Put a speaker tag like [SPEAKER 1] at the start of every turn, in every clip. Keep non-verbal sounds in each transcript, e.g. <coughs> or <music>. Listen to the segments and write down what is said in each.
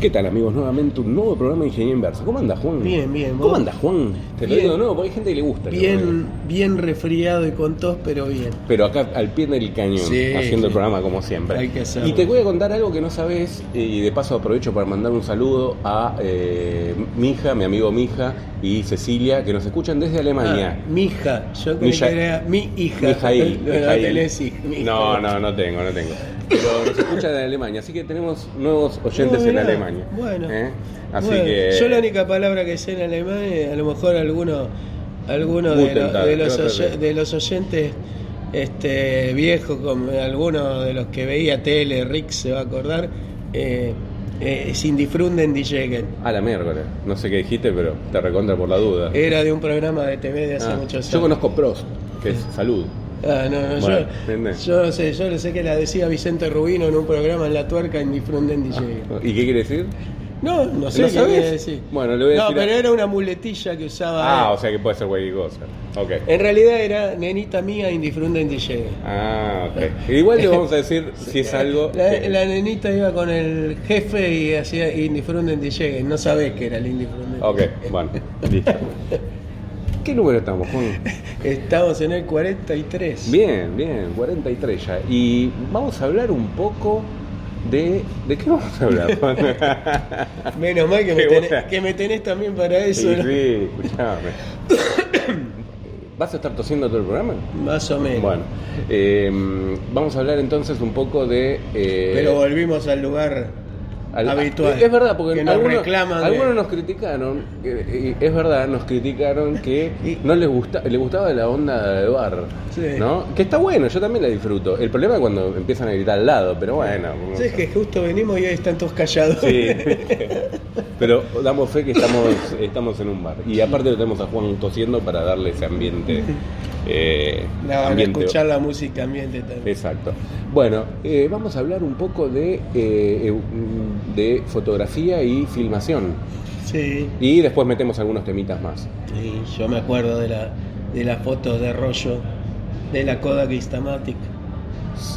[SPEAKER 1] ¿Qué tal amigos? Nuevamente un nuevo programa de Ingeniería Inversa. ¿Cómo anda Juan?
[SPEAKER 2] Bien, bien,
[SPEAKER 1] ¿Cómo
[SPEAKER 2] vos?
[SPEAKER 1] anda Juan? Te lo
[SPEAKER 2] Bien.
[SPEAKER 1] digo de nuevo porque hay gente que le gusta. el programa.
[SPEAKER 2] Bien, bien resfriado y con tos, pero bien.
[SPEAKER 1] Pero acá al pie del cañón,
[SPEAKER 2] Sí,
[SPEAKER 1] haciendo el
[SPEAKER 2] sí.
[SPEAKER 1] programa como siempre.
[SPEAKER 2] Hay que hacerlo.
[SPEAKER 1] Y te voy a contar algo que no sabes, eh, y de paso aprovecho para mandar un saludo a eh, mi hija, mi amigo Mija y Cecilia, que nos escuchan desde Alemania.
[SPEAKER 2] Ah, mi hija, yo
[SPEAKER 1] Mi
[SPEAKER 2] creí
[SPEAKER 1] hija-
[SPEAKER 2] que era mi hija.
[SPEAKER 1] Mijail,
[SPEAKER 2] <laughs> No, no
[SPEAKER 1] Mijail.
[SPEAKER 2] tenés hija, mi hija.
[SPEAKER 1] No, no, no tengo, no tengo. Pero nos escuchan en Alemania, así que tenemos nuevos oyentes
[SPEAKER 2] No,
[SPEAKER 1] en
[SPEAKER 2] mirá,
[SPEAKER 1] Alemania.
[SPEAKER 2] Bueno.
[SPEAKER 1] ¿Eh? Así
[SPEAKER 2] Bueno,
[SPEAKER 1] que.
[SPEAKER 2] Yo la única palabra que sé en alemán, eh, a lo mejor alguno, alguno de,
[SPEAKER 1] Guten
[SPEAKER 2] lo-
[SPEAKER 1] Tag,
[SPEAKER 2] de los
[SPEAKER 1] creo que
[SPEAKER 2] oye-
[SPEAKER 1] sí.
[SPEAKER 2] de los oyentes este, viejos, como alguno de los que veía tele, Rick se va a acordar, eh, eh, sin difrunden die Jegen.
[SPEAKER 1] A Ah, la miércoles. No sé qué dijiste, pero te recontra por la duda.
[SPEAKER 2] Era de un programa de TV de Eh, hace
[SPEAKER 1] Ah,
[SPEAKER 2] muchos años.
[SPEAKER 1] yo conozco Prost, que es salud.
[SPEAKER 2] Ah, no, no,
[SPEAKER 1] Bueno,
[SPEAKER 2] yo,
[SPEAKER 1] entendés.
[SPEAKER 2] yo no sé, yo no sé que la decía Vicente Rubino en un programa en La Tuerca en Difunden DJ.
[SPEAKER 1] ¿Y qué quiere decir?
[SPEAKER 2] No, no sé
[SPEAKER 1] Ah. ¿No
[SPEAKER 2] qué
[SPEAKER 1] sabés?
[SPEAKER 2] quiere decir.
[SPEAKER 1] Bueno, le voy a
[SPEAKER 2] no,
[SPEAKER 1] decir a-
[SPEAKER 2] pero era una muletilla que usaba.
[SPEAKER 1] Ah,
[SPEAKER 2] él.
[SPEAKER 1] o sea que puede ser cualquier cosa. Ok.
[SPEAKER 2] En realidad era nenita mía en Difunden DJ.
[SPEAKER 1] Ah, ok. Igual le vamos a decir si es algo.
[SPEAKER 2] La,
[SPEAKER 1] que-
[SPEAKER 2] la nenita iba con el jefe y hacía Indiferunden DJ. No sabés que era el Indiferunden.
[SPEAKER 1] Ok, bueno, listo. ¿Qué número estamos, Juan?
[SPEAKER 2] Estamos en el 43.
[SPEAKER 1] Bien, bien, 43 ya. Y vamos a hablar un poco de. ¿De qué vamos a hablar,
[SPEAKER 2] <laughs>
[SPEAKER 1] Juan?
[SPEAKER 2] Menos
[SPEAKER 1] <laughs>
[SPEAKER 2] mal que me,
[SPEAKER 1] Qué
[SPEAKER 2] tenés,
[SPEAKER 1] buena.
[SPEAKER 2] que me tenés también para eso.
[SPEAKER 1] sí,
[SPEAKER 2] ¿no?
[SPEAKER 1] sí, escuchame. <coughs> ¿Vas a estar tosiendo todo el programa?
[SPEAKER 2] Más o menos.
[SPEAKER 1] Bueno, eh, vamos a hablar entonces un poco de. eh,
[SPEAKER 2] Pero volvimos al lugar
[SPEAKER 1] al-
[SPEAKER 2] habitual.
[SPEAKER 1] Es verdad, porque
[SPEAKER 2] que nos
[SPEAKER 1] algunos,
[SPEAKER 2] reclaman. de-
[SPEAKER 1] algunos nos criticaron, eh, y es verdad, nos criticaron que
[SPEAKER 2] <laughs> Y-
[SPEAKER 1] no les, gusta, les gustaba la onda de bar,
[SPEAKER 2] Sí.
[SPEAKER 1] ¿no? Que está bueno, yo también la disfruto. El problema es cuando empiezan a gritar al lado, pero bueno.
[SPEAKER 2] Sí, es que justo venimos y hoy están todos callados. <laughs>
[SPEAKER 1] Sí. <laughs> Pero damos fe que estamos, estamos en un bar. Y aparte lo tenemos a Juan tosiendo para darle ese
[SPEAKER 2] <laughs>
[SPEAKER 1] ambiente. eh,
[SPEAKER 2] La van a
[SPEAKER 1] ambiente-
[SPEAKER 2] escuchar la música ambiente también.
[SPEAKER 1] Exacto. Bueno, eh, vamos a hablar un poco de, eh, eh, de fotografía y filmación.
[SPEAKER 2] Sí.
[SPEAKER 1] Y después metemos algunos temitas más.
[SPEAKER 2] Y yo me acuerdo de la de las fotos de rollo de la Kodak Instamatic.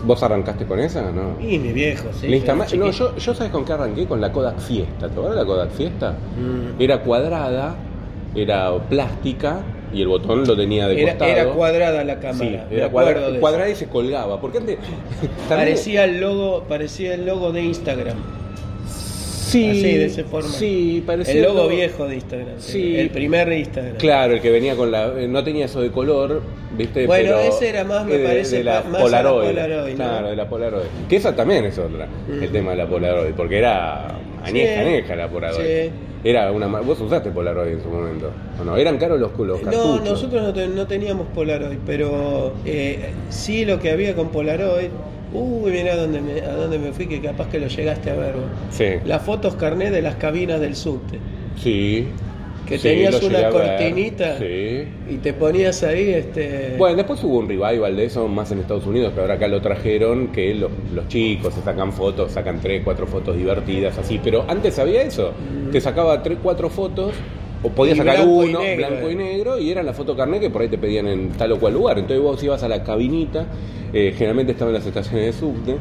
[SPEAKER 1] ¿Vos arrancaste con esa? No.
[SPEAKER 2] Y mi viejo, sí.
[SPEAKER 1] La Instama-
[SPEAKER 2] pero
[SPEAKER 1] no,
[SPEAKER 2] chiquito.
[SPEAKER 1] yo, yo sabes con qué arranqué, con la Kodak Fiesta. ¿Te acuerdas de la Kodak Fiesta?
[SPEAKER 2] Mm.
[SPEAKER 1] Era cuadrada, era plástica y el botón lo tenía de
[SPEAKER 2] Era,
[SPEAKER 1] costado.
[SPEAKER 2] era cuadrada la
[SPEAKER 1] Sí,
[SPEAKER 2] cámara. me
[SPEAKER 1] era
[SPEAKER 2] acuerdo
[SPEAKER 1] cuadra-
[SPEAKER 2] de eso.
[SPEAKER 1] cuadrada y se colgaba. Porque antes. <laughs> también-
[SPEAKER 2] Parecía el logo, parecía el logo de Instagram.
[SPEAKER 1] Sí,
[SPEAKER 2] así, de esa forma.
[SPEAKER 1] Sí, parecía.
[SPEAKER 2] el logo viejo de Instagram.
[SPEAKER 1] Sí.
[SPEAKER 2] El primer Instagram.
[SPEAKER 1] Claro, el que venía con la. eh, No tenía eso de color, ¿viste?
[SPEAKER 2] Bueno,
[SPEAKER 1] Pero-
[SPEAKER 2] ese era más, me
[SPEAKER 1] eh, de-
[SPEAKER 2] parece,
[SPEAKER 1] De la
[SPEAKER 2] pa- más a la
[SPEAKER 1] Polaroid.
[SPEAKER 2] Polaroid, ¿no?
[SPEAKER 1] Claro, de la Polaroid. Que esa también es otra,
[SPEAKER 2] Mm.
[SPEAKER 1] el tema de la Polaroid. Porque era. Añeja,
[SPEAKER 2] Sí.
[SPEAKER 1] añeja la Polaroid.
[SPEAKER 2] Sí.
[SPEAKER 1] Era una. ma- Vos usaste Polaroid en su momento. ¿o no? Eran caros los, los
[SPEAKER 2] No,
[SPEAKER 1] cartuchos.
[SPEAKER 2] nosotros no, te- no teníamos Polaroid, pero eh, sí lo que había con Polaroid. Uy, mirá dónde me- a dónde me fui, que capaz que lo llegaste a ver. vos.
[SPEAKER 1] Sí.
[SPEAKER 2] Las fotos carnet de las cabinas del subte.
[SPEAKER 1] Sí.
[SPEAKER 2] Que
[SPEAKER 1] Sí,
[SPEAKER 2] tenías
[SPEAKER 1] lo llegué
[SPEAKER 2] una
[SPEAKER 1] a ver.
[SPEAKER 2] cortinita
[SPEAKER 1] Sí.
[SPEAKER 2] y te ponías ahí. este
[SPEAKER 1] Bueno, después hubo un revival de eso más en Estados Unidos, que ahora acá lo trajeron, que los, los chicos se sacan fotos, sacan tres, cuatro fotos divertidas, así. Pero antes había eso, te sacaba tres, cuatro fotos, o podías
[SPEAKER 2] Mm. Y
[SPEAKER 1] sacar
[SPEAKER 2] blanco y
[SPEAKER 1] uno,
[SPEAKER 2] negro,
[SPEAKER 1] blanco y
[SPEAKER 2] eh.
[SPEAKER 1] negro, y eran la foto carnet que por ahí te pedían en tal o cual lugar. Entonces vos ibas a la cabinita, eh, generalmente estaban las estaciones de subte,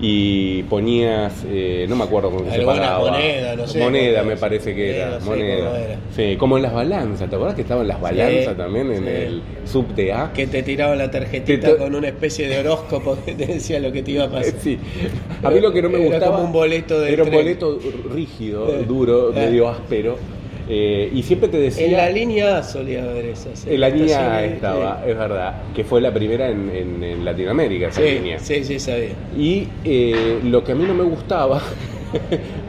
[SPEAKER 1] y ponías, eh, no me acuerdo cómo se
[SPEAKER 2] Alguna
[SPEAKER 1] separaba.
[SPEAKER 2] moneda, no sé,
[SPEAKER 1] Moneda
[SPEAKER 2] cómo
[SPEAKER 1] me
[SPEAKER 2] era.
[SPEAKER 1] parece que
[SPEAKER 2] Eh,
[SPEAKER 1] era,
[SPEAKER 2] no sé
[SPEAKER 1] moneda.
[SPEAKER 2] cómo era.
[SPEAKER 1] Sí, como en las balanzas, ¿te acordás que estaban las balanzas también en
[SPEAKER 2] sí.
[SPEAKER 1] el subte A?
[SPEAKER 2] Que te tiraban la tarjetita
[SPEAKER 1] Te to-
[SPEAKER 2] con una especie de horóscopo que te decía lo que te iba a pasar.
[SPEAKER 1] <laughs> Sí. A mí lo que no me
[SPEAKER 2] Era
[SPEAKER 1] gustaba.
[SPEAKER 2] como un boleto del
[SPEAKER 1] Era un
[SPEAKER 2] tren.
[SPEAKER 1] boleto rígido,
[SPEAKER 2] Eh.
[SPEAKER 1] duro,
[SPEAKER 2] Eh.
[SPEAKER 1] medio áspero. Eh, y siempre te decía.
[SPEAKER 2] En la línea A solía haber esas. ¿eh?
[SPEAKER 1] en la línea A
[SPEAKER 2] estaciones,
[SPEAKER 1] estaba, es verdad. Que fue la primera en, en- en Latinoamérica, esa
[SPEAKER 2] Sí,
[SPEAKER 1] línea.
[SPEAKER 2] sí, sí, sabía.
[SPEAKER 1] Y eh, lo que a mí no me gustaba. <laughs>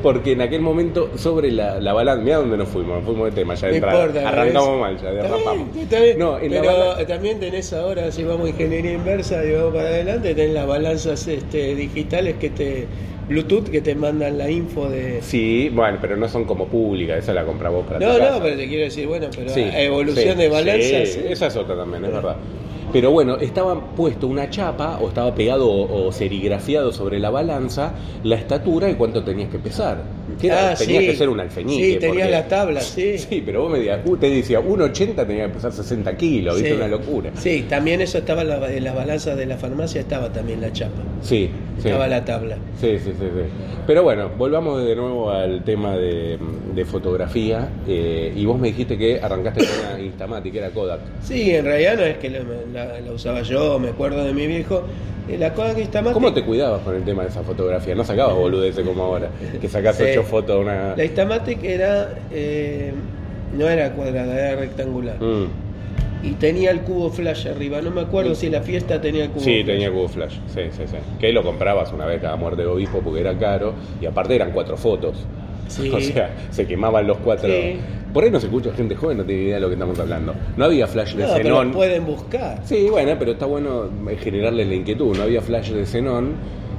[SPEAKER 1] Porque en aquel momento, sobre la, la balanza, mira dónde nos fuimos, nos fuimos de tema ya de
[SPEAKER 2] No
[SPEAKER 1] entrada.
[SPEAKER 2] importa,
[SPEAKER 1] Arrancamos
[SPEAKER 2] ¿ves?
[SPEAKER 1] mal, ya
[SPEAKER 2] Está bien,
[SPEAKER 1] derrapamos.
[SPEAKER 2] está bien.
[SPEAKER 1] No, en la
[SPEAKER 2] Pero
[SPEAKER 1] balanza-
[SPEAKER 2] también tenés ahora, si vamos a ingeniería inversa y vamos para adelante, tenés las balanzas este, digitales que te. Bluetooth que te mandan la info de.
[SPEAKER 1] Sí, bueno, pero no son como públicas, esa la compra vos para tu
[SPEAKER 2] No,
[SPEAKER 1] casa.
[SPEAKER 2] no, pero te quiero decir, bueno, pero
[SPEAKER 1] Sí,
[SPEAKER 2] evolución
[SPEAKER 1] sí,
[SPEAKER 2] de balanzas. ¿eh?
[SPEAKER 1] sí, esa es otra también, es verdad. Pero bueno, estaba puesto una chapa o estaba pegado o, o serigrafiado sobre la balanza la estatura y cuánto tenías que pesar. Que era-
[SPEAKER 2] Ah,
[SPEAKER 1] tenías
[SPEAKER 2] sí.
[SPEAKER 1] que ser un alfeñique.
[SPEAKER 2] Sí, tenías
[SPEAKER 1] porque-
[SPEAKER 2] las tablas, sí.
[SPEAKER 1] <laughs> Sí, pero vos me decías, uh, te decía, 1,80 tenía que pesar 60 kilos, ¿viste?
[SPEAKER 2] Sí.
[SPEAKER 1] Una locura.
[SPEAKER 2] Sí, también eso estaba en, la- en las balanzas de la farmacia, estaba también la chapa.
[SPEAKER 1] Sí, sí.
[SPEAKER 2] Estaba la tabla.
[SPEAKER 1] Sí, sí, sí, sí. Pero bueno, volvamos de nuevo al tema de, de fotografía. eh, y vos me dijiste que arrancaste con una Instamatic, que era Kodak.
[SPEAKER 2] Sí, en realidad no es que la, la- la usaba yo, me acuerdo de mi viejo. Eh, La cosa que está más...
[SPEAKER 1] ¿Cómo te cuidabas con el tema de esa fotografía? No sacabas boludeces como ahora, que sacás
[SPEAKER 2] Eh, Sí.
[SPEAKER 1] ocho fotos de una...
[SPEAKER 2] La Instamatic era. eh, no era cuadrada, era rectangular.
[SPEAKER 1] Mm.
[SPEAKER 2] Y tenía el cubo flash arriba. No me acuerdo si la fiesta tenía el cubo
[SPEAKER 1] Sí,
[SPEAKER 2] flash.
[SPEAKER 1] tenía cubo flash, sí, sí, sí. Que lo comprabas una vez cada muerte de obispo porque era caro y aparte eran cuatro fotos.
[SPEAKER 2] Sí.
[SPEAKER 1] <laughs> O sea, se quemaban los cuatro.
[SPEAKER 2] Sí.
[SPEAKER 1] Por ahí no se escucha gente joven, no tiene idea de lo que estamos hablando. No había flash de
[SPEAKER 2] No, pero
[SPEAKER 1] xenón.
[SPEAKER 2] lo pueden buscar.
[SPEAKER 1] Sí, bueno, pero está bueno generarles la inquietud. No había flash de xenón,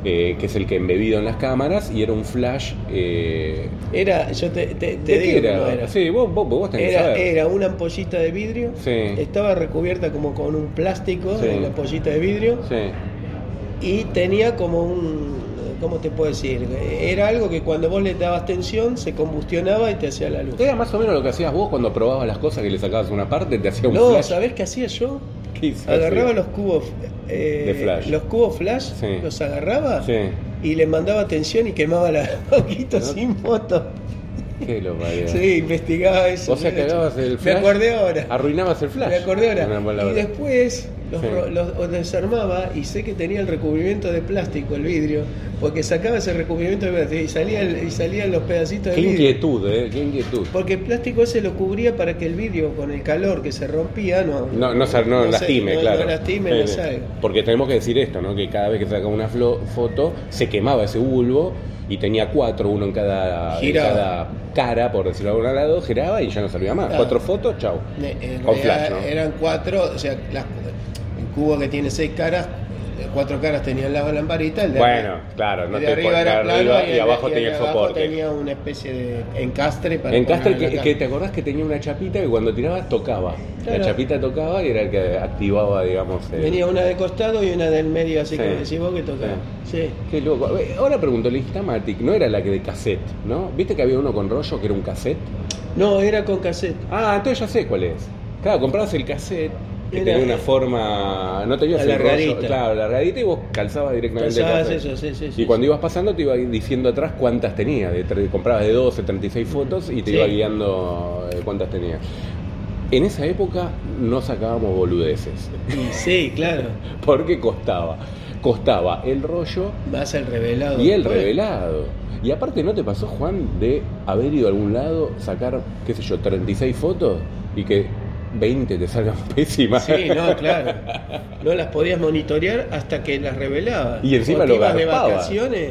[SPEAKER 1] eh, que es el que embebido en las cámaras, y era un flash. Eh,
[SPEAKER 2] Era, yo te, te- te
[SPEAKER 1] ¿de qué
[SPEAKER 2] digo cómo era.
[SPEAKER 1] Sí, vos, vos, vos tenés que
[SPEAKER 2] Era,
[SPEAKER 1] saber.
[SPEAKER 2] era una ampollita de vidrio,
[SPEAKER 1] Sí.
[SPEAKER 2] estaba recubierta como con un plástico
[SPEAKER 1] Sí.
[SPEAKER 2] de la ampollita de vidrio
[SPEAKER 1] Sí.
[SPEAKER 2] y tenía como un, ¿cómo te puedo decir? Era algo que cuando vos le dabas tensión se combustionaba y te hacía la luz.
[SPEAKER 1] Era más o menos lo que hacías vos cuando probabas las cosas, que le sacabas una parte, te hacía un
[SPEAKER 2] No, <laughs>
[SPEAKER 1] flash.
[SPEAKER 2] ¿sabés qué hacía yo?
[SPEAKER 1] ¿Qué hiciste?
[SPEAKER 2] Agarraba los cubos eh,
[SPEAKER 1] De flash.
[SPEAKER 2] los cubos flash,
[SPEAKER 1] Sí.
[SPEAKER 2] los agarraba
[SPEAKER 1] Sí.
[SPEAKER 2] y le mandaba tensión y quemaba la <laughs> poquito
[SPEAKER 1] No.
[SPEAKER 2] sin foto.
[SPEAKER 1] Qué lo parió.
[SPEAKER 2] Sí, investigaba eso.
[SPEAKER 1] O sea que hagabas el
[SPEAKER 2] Me
[SPEAKER 1] flash.
[SPEAKER 2] acordé ahora.
[SPEAKER 1] Arruinabas el flash.
[SPEAKER 2] Me acordé
[SPEAKER 1] en una
[SPEAKER 2] ahora.
[SPEAKER 1] palabra.
[SPEAKER 2] Y después los,
[SPEAKER 1] Sí.
[SPEAKER 2] ro- los- los desarmaba y sé que tenía el recubrimiento de plástico, el vidrio, porque sacaba ese recubrimiento de plástico y, salía el- y salían los pedacitos
[SPEAKER 1] Qué
[SPEAKER 2] de vidrio.
[SPEAKER 1] inquietud, ¿eh? Qué inquietud.
[SPEAKER 2] Porque el plástico ese lo cubría para que el vidrio, con el calor que se rompía, no,
[SPEAKER 1] No, no, sal- no
[SPEAKER 2] no se-
[SPEAKER 1] lastime,
[SPEAKER 2] no-
[SPEAKER 1] claro.
[SPEAKER 2] no lastime,
[SPEAKER 1] Sí,
[SPEAKER 2] no
[SPEAKER 1] sí.
[SPEAKER 2] salga.
[SPEAKER 1] Porque tenemos que decir esto, ¿no? Que cada vez que sacaba una flo- foto, se quemaba ese bulbo y tenía cuatro, uno en cada, en
[SPEAKER 2] Giraba.
[SPEAKER 1] cada cara, por decirlo de algún lado, giraba y ya no salía más.
[SPEAKER 2] Claro.
[SPEAKER 1] Cuatro fotos, chau.
[SPEAKER 2] Ne- en
[SPEAKER 1] Con
[SPEAKER 2] realidad
[SPEAKER 1] flash, ¿no?
[SPEAKER 2] Eran cuatro, o sea, las- el cubo que tiene seis caras, eh, cuatro caras tenían la lamparita, el de
[SPEAKER 1] Bueno,
[SPEAKER 2] arriba-
[SPEAKER 1] claro, no
[SPEAKER 2] el de
[SPEAKER 1] te
[SPEAKER 2] arriba
[SPEAKER 1] puedo-
[SPEAKER 2] era
[SPEAKER 1] claro,
[SPEAKER 2] plano
[SPEAKER 1] y
[SPEAKER 2] el-
[SPEAKER 1] abajo
[SPEAKER 2] el
[SPEAKER 1] tenía
[SPEAKER 2] de
[SPEAKER 1] el
[SPEAKER 2] abajo
[SPEAKER 1] soporte.
[SPEAKER 2] tenía una especie de encastre para
[SPEAKER 1] En Castre,
[SPEAKER 2] ponerle
[SPEAKER 1] que,
[SPEAKER 2] la
[SPEAKER 1] que
[SPEAKER 2] cara.
[SPEAKER 1] te acordás que tenía una chapita que cuando tirabas tocaba.
[SPEAKER 2] Claro.
[SPEAKER 1] La chapita tocaba y era el que activaba, digamos. el-
[SPEAKER 2] Venía una de costado y una del medio, así
[SPEAKER 1] Sí.
[SPEAKER 2] que decís vos que tocaba. Sí.
[SPEAKER 1] Qué loco. A ver, Ahora pregunto, la Instamatic no era la que de cassette, ¿no? ¿Viste que había uno con rollo que era un cassette?
[SPEAKER 2] No, era con cassette.
[SPEAKER 1] Ah, entonces ya sé cuál es. Claro, comprabas el cassette que
[SPEAKER 2] Era-
[SPEAKER 1] tenía una forma. No tenías el rollo.
[SPEAKER 2] Alargadita.
[SPEAKER 1] Claro, alargadita y vos calzabas directamente el
[SPEAKER 2] Calzabas
[SPEAKER 1] cassette.
[SPEAKER 2] eso, sí, sí,
[SPEAKER 1] y
[SPEAKER 2] sí,
[SPEAKER 1] cuando
[SPEAKER 2] sí.
[SPEAKER 1] ibas pasando te iba diciendo atrás cuántas tenía. De, tre- comprabas de 12, 36 fotos y te
[SPEAKER 2] Sí.
[SPEAKER 1] iba guiando eh, cuántas tenía. En esa época no sacábamos boludeces.
[SPEAKER 2] Y sí, claro.
[SPEAKER 1] Porque costaba. Costaba el rollo
[SPEAKER 2] Más el revelado.
[SPEAKER 1] y el
[SPEAKER 2] después.
[SPEAKER 1] revelado. Y aparte, ¿no te pasó, Juan, de haber ido a algún lado, sacar, qué sé yo, 36 fotos y que 20 te salgan <laughs> pésimas?
[SPEAKER 2] Sí, no, claro. No las podías monitorear hasta que las revelabas.
[SPEAKER 1] Y encima
[SPEAKER 2] O te
[SPEAKER 1] lo
[SPEAKER 2] ibas de
[SPEAKER 1] garpabas.
[SPEAKER 2] vacaciones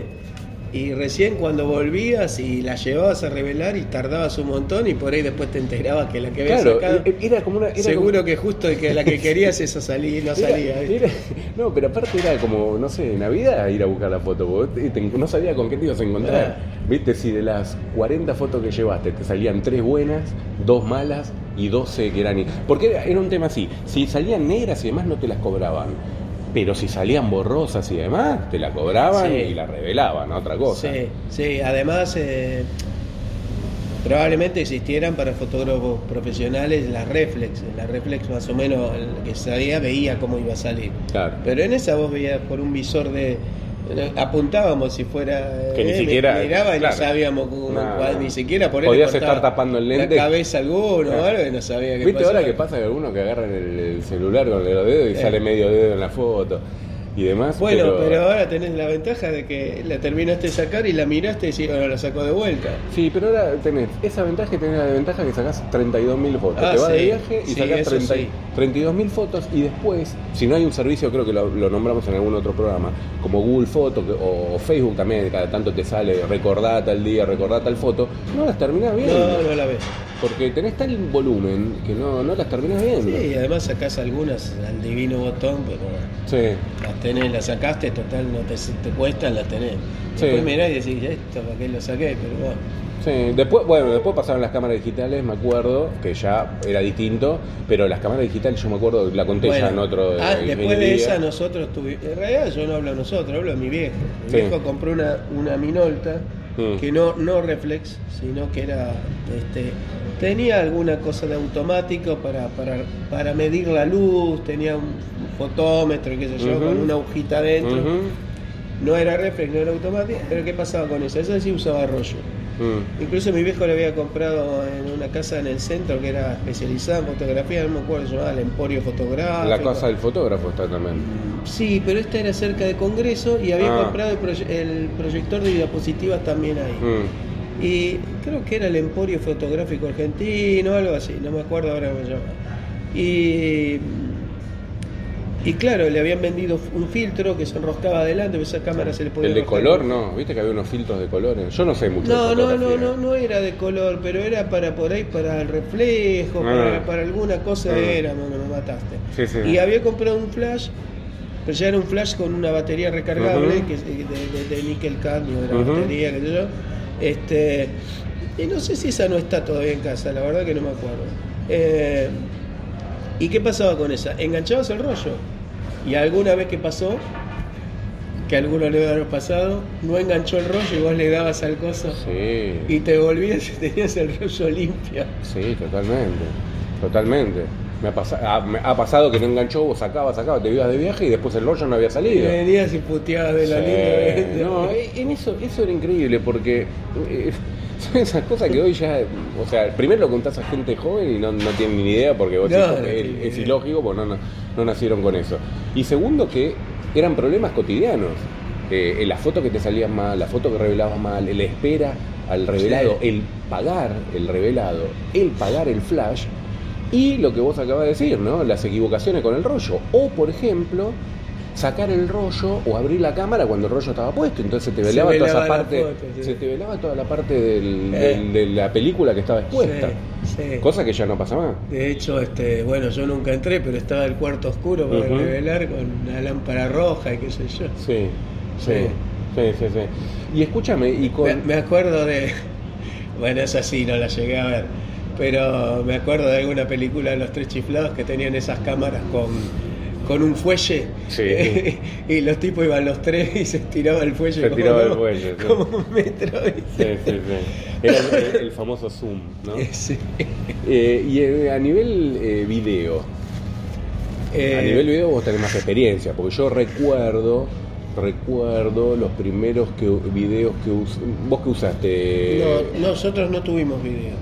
[SPEAKER 2] y recién cuando volvías y las llevabas a revelar y tardabas un montón y por ahí después te enterabas que la que habías
[SPEAKER 1] claro,
[SPEAKER 2] sacado,
[SPEAKER 1] e- era como una. Era
[SPEAKER 2] seguro que justo el que
[SPEAKER 1] <laughs>
[SPEAKER 2] la que querías esa salía y no
[SPEAKER 1] como- era-
[SPEAKER 2] salía. ¿viste?
[SPEAKER 1] era- no, pero aparte era como, no sé, Navidad ir a buscar la foto, porque te- te- no sabía con qué te ibas a encontrar.
[SPEAKER 2] Ah.
[SPEAKER 1] Viste, si de las 40 fotos que llevaste te salían 3 buenas, 2 malas y 12 que eran... Porque era, era un tema así, si salían negras y demás no te las cobraban, pero si salían borrosas y demás, te la cobraban
[SPEAKER 2] Sí.
[SPEAKER 1] y la revelaban, otra cosa.
[SPEAKER 2] Sí, sí, además eh, probablemente existieran para fotógrafos profesionales las reflex. La reflex más o menos el que sabía veía cómo iba a salir.
[SPEAKER 1] Claro.
[SPEAKER 2] Pero en esa vos veías por un visor de... eh, Apuntábamos si fuera... eh,
[SPEAKER 1] Que ni siquiera-
[SPEAKER 2] Miraba y
[SPEAKER 1] claro.
[SPEAKER 2] no sabíamos cómo-
[SPEAKER 1] No,
[SPEAKER 2] cuál-
[SPEAKER 1] no.
[SPEAKER 2] ni siquiera por ahí le
[SPEAKER 1] Podías
[SPEAKER 2] cortaba
[SPEAKER 1] estar tapando el lente.
[SPEAKER 2] La cabeza a alguno
[SPEAKER 1] Claro.
[SPEAKER 2] o algo y no sabía qué
[SPEAKER 1] ¿Viste
[SPEAKER 2] pasaba.
[SPEAKER 1] ahora que pasa que algunos que agarran el, el celular con los dedos y
[SPEAKER 2] Sí.
[SPEAKER 1] sale medio dedo en la foto y demás?
[SPEAKER 2] Bueno, pero... ahora tenés la ventaja de que la terminaste de sacar y la miraste y decís, ahora la saco de vuelta.
[SPEAKER 1] Sí, pero ahora tenés esa ventaja y tenés la desventaja que sacás 32.000 fotos.
[SPEAKER 2] Ah,
[SPEAKER 1] Te vas de
[SPEAKER 2] sí.
[SPEAKER 1] viaje y
[SPEAKER 2] Sí,
[SPEAKER 1] sacás
[SPEAKER 2] eso
[SPEAKER 1] 30
[SPEAKER 2] sí.
[SPEAKER 1] 32.000 fotos y después, si no hay un servicio, creo que lo, lo nombramos en algún otro programa, como Google Foto que- o, o Facebook también, cada tanto te sale recordá tal día, recordá tal foto, no las terminás bien.
[SPEAKER 2] No, no la ves.
[SPEAKER 1] Porque tenés tal volumen que no, no las terminás viendo.
[SPEAKER 2] Sí, además sacás algunas al divino botón, pero
[SPEAKER 1] Sí.
[SPEAKER 2] las tenés, las sacaste, total, no te, te cuestan, las tenés.
[SPEAKER 1] Sí.
[SPEAKER 2] Después mirás y decís, esto, ¿para qué lo saqué? Pero bueno.
[SPEAKER 1] Sí, después, bueno, después pasaron las cámaras digitales, me acuerdo, que ya era distinto, pero las cámaras digitales yo me acuerdo, la conté ya en
[SPEAKER 2] Bueno,
[SPEAKER 1] otro...
[SPEAKER 2] ah,
[SPEAKER 1] eh,
[SPEAKER 2] después
[SPEAKER 1] Infinity
[SPEAKER 2] de
[SPEAKER 1] Gear.
[SPEAKER 2] esa nosotros tuvimos... En realidad yo no hablo de nosotros, hablo de mi viejo. Mi
[SPEAKER 1] Sí.
[SPEAKER 2] viejo compró una, una Minolta
[SPEAKER 1] Mm.
[SPEAKER 2] que no, no reflex, sino que era... Este, tenía alguna cosa de automático para, para, para medir la luz, tenía un fotómetro, qué sé yo,
[SPEAKER 1] Ujú.
[SPEAKER 2] con una agujita adentro.
[SPEAKER 1] Ujú.
[SPEAKER 2] No era reflex, no era automático, pero ¿qué pasaba con esa? Esa sí usaba rollo.
[SPEAKER 1] Mm.
[SPEAKER 2] Incluso mi viejo le había comprado en una casa en el centro que era especializada en fotografía, no me acuerdo, se llamaba el Emporio Fotográfico.
[SPEAKER 1] La casa del fotógrafo está también.
[SPEAKER 2] Sí, pero esta era cerca de Congreso y había
[SPEAKER 1] Ah.
[SPEAKER 2] comprado el, proye- el proyector de diapositivas también ahí.
[SPEAKER 1] Mm.
[SPEAKER 2] Y creo que era el Emporio Fotográfico Argentino, algo así, no me acuerdo ahora cómo se llama. Y, y claro, le habían vendido un filtro que se enroscaba adelante, pero esa cámara se le podía
[SPEAKER 1] El de
[SPEAKER 2] enroscar.
[SPEAKER 1] color, no, viste que había unos filtros de colores. Yo no sé mucho.
[SPEAKER 2] No,
[SPEAKER 1] de
[SPEAKER 2] no, no,
[SPEAKER 1] fotografía.
[SPEAKER 2] no, no era de color, pero era para por ahí, para el reflejo,
[SPEAKER 1] Ah.
[SPEAKER 2] para, para alguna cosa
[SPEAKER 1] Ah.
[SPEAKER 2] era, me, me mataste.
[SPEAKER 1] Sí, sí.
[SPEAKER 2] Y había comprado un flash, pero ya era un flash con una batería recargable,
[SPEAKER 1] Ujú.
[SPEAKER 2] que es de, de, de níquel cadmio, era
[SPEAKER 1] Ujú.
[SPEAKER 2] batería, qué sé yo. Este, y no sé si esa no está todavía en casa, la verdad que no me acuerdo. Eh, ¿Y qué pasaba con esa? Enganchabas el rollo. Y alguna vez que pasó, que a alguno le debe haber pasado, no enganchó el rollo y vos le dabas al coso
[SPEAKER 1] Sí,
[SPEAKER 2] y te volvías y tenías el rollo limpio.
[SPEAKER 1] sí, totalmente. Totalmente. Me ha, pasa- ha- me ha pasado que no enganchó, vos sacabas, sacabas, te ibas de viaje y después el rollo no había
[SPEAKER 2] Y
[SPEAKER 1] salido.
[SPEAKER 2] venías y puteabas de la
[SPEAKER 1] Sí,
[SPEAKER 2] línea.
[SPEAKER 1] No, eh, en eso, eso era increíble porque eh, <laughs> son esas cosas que hoy ya, o sea, primero lo contás a gente joven y no, no tienen ni idea porque vos
[SPEAKER 2] No,
[SPEAKER 1] decís,
[SPEAKER 2] no
[SPEAKER 1] es-
[SPEAKER 2] tienen ni
[SPEAKER 1] es,
[SPEAKER 2] idea.
[SPEAKER 1] ilógico porque no, no, no nacieron con eso. Y segundo que eran problemas cotidianos. Eh, eh, la foto que te salías mal, la foto que revelabas mal, el espera al revelado,
[SPEAKER 2] Sí.
[SPEAKER 1] el pagar el revelado, el pagar el flash y lo que vos acabas de decir, ¿no? Las equivocaciones con el rollo. O, por ejemplo, sacar el rollo o abrir la cámara cuando el rollo estaba puesto. Entonces te
[SPEAKER 2] Se
[SPEAKER 1] velaba, toda
[SPEAKER 2] velaba
[SPEAKER 1] esa
[SPEAKER 2] la
[SPEAKER 1] parte.
[SPEAKER 2] foto, sí.
[SPEAKER 1] Se te velaba toda la parte del-
[SPEAKER 2] Eh.
[SPEAKER 1] del- de la película que estaba expuesta.
[SPEAKER 2] Sí, sí.
[SPEAKER 1] Cosa que ya no pasa más.
[SPEAKER 2] De hecho, este, bueno, yo nunca entré, pero estaba el cuarto oscuro para
[SPEAKER 1] Ujú.
[SPEAKER 2] revelar con una lámpara roja y qué sé yo.
[SPEAKER 1] Sí, sí,
[SPEAKER 2] Sí.
[SPEAKER 1] sí, sí. sí. Y escúchame, y con.
[SPEAKER 2] Me, me acuerdo de. <laughs> Bueno, esa sí no la llegué a ver. Pero me acuerdo de alguna película de los tres chiflados que tenían esas cámaras con, con un fuelle.
[SPEAKER 1] Sí.
[SPEAKER 2] <laughs> y los tipos iban los tres y se estiraba el fuelle.
[SPEAKER 1] Se estiraba el fuelle, sí.
[SPEAKER 2] Como un metro.
[SPEAKER 1] Sí,
[SPEAKER 2] ¿viste?
[SPEAKER 1] sí, sí. Era el, el famoso Zoom, ¿no?
[SPEAKER 2] <laughs> Sí.
[SPEAKER 1] Eh, y eh, a nivel eh, video, A
[SPEAKER 2] Eh,
[SPEAKER 1] nivel video vos tenés más experiencia, porque yo recuerdo, recuerdo los primeros que, videos que us- vos que usaste.
[SPEAKER 2] No, nosotros no tuvimos video.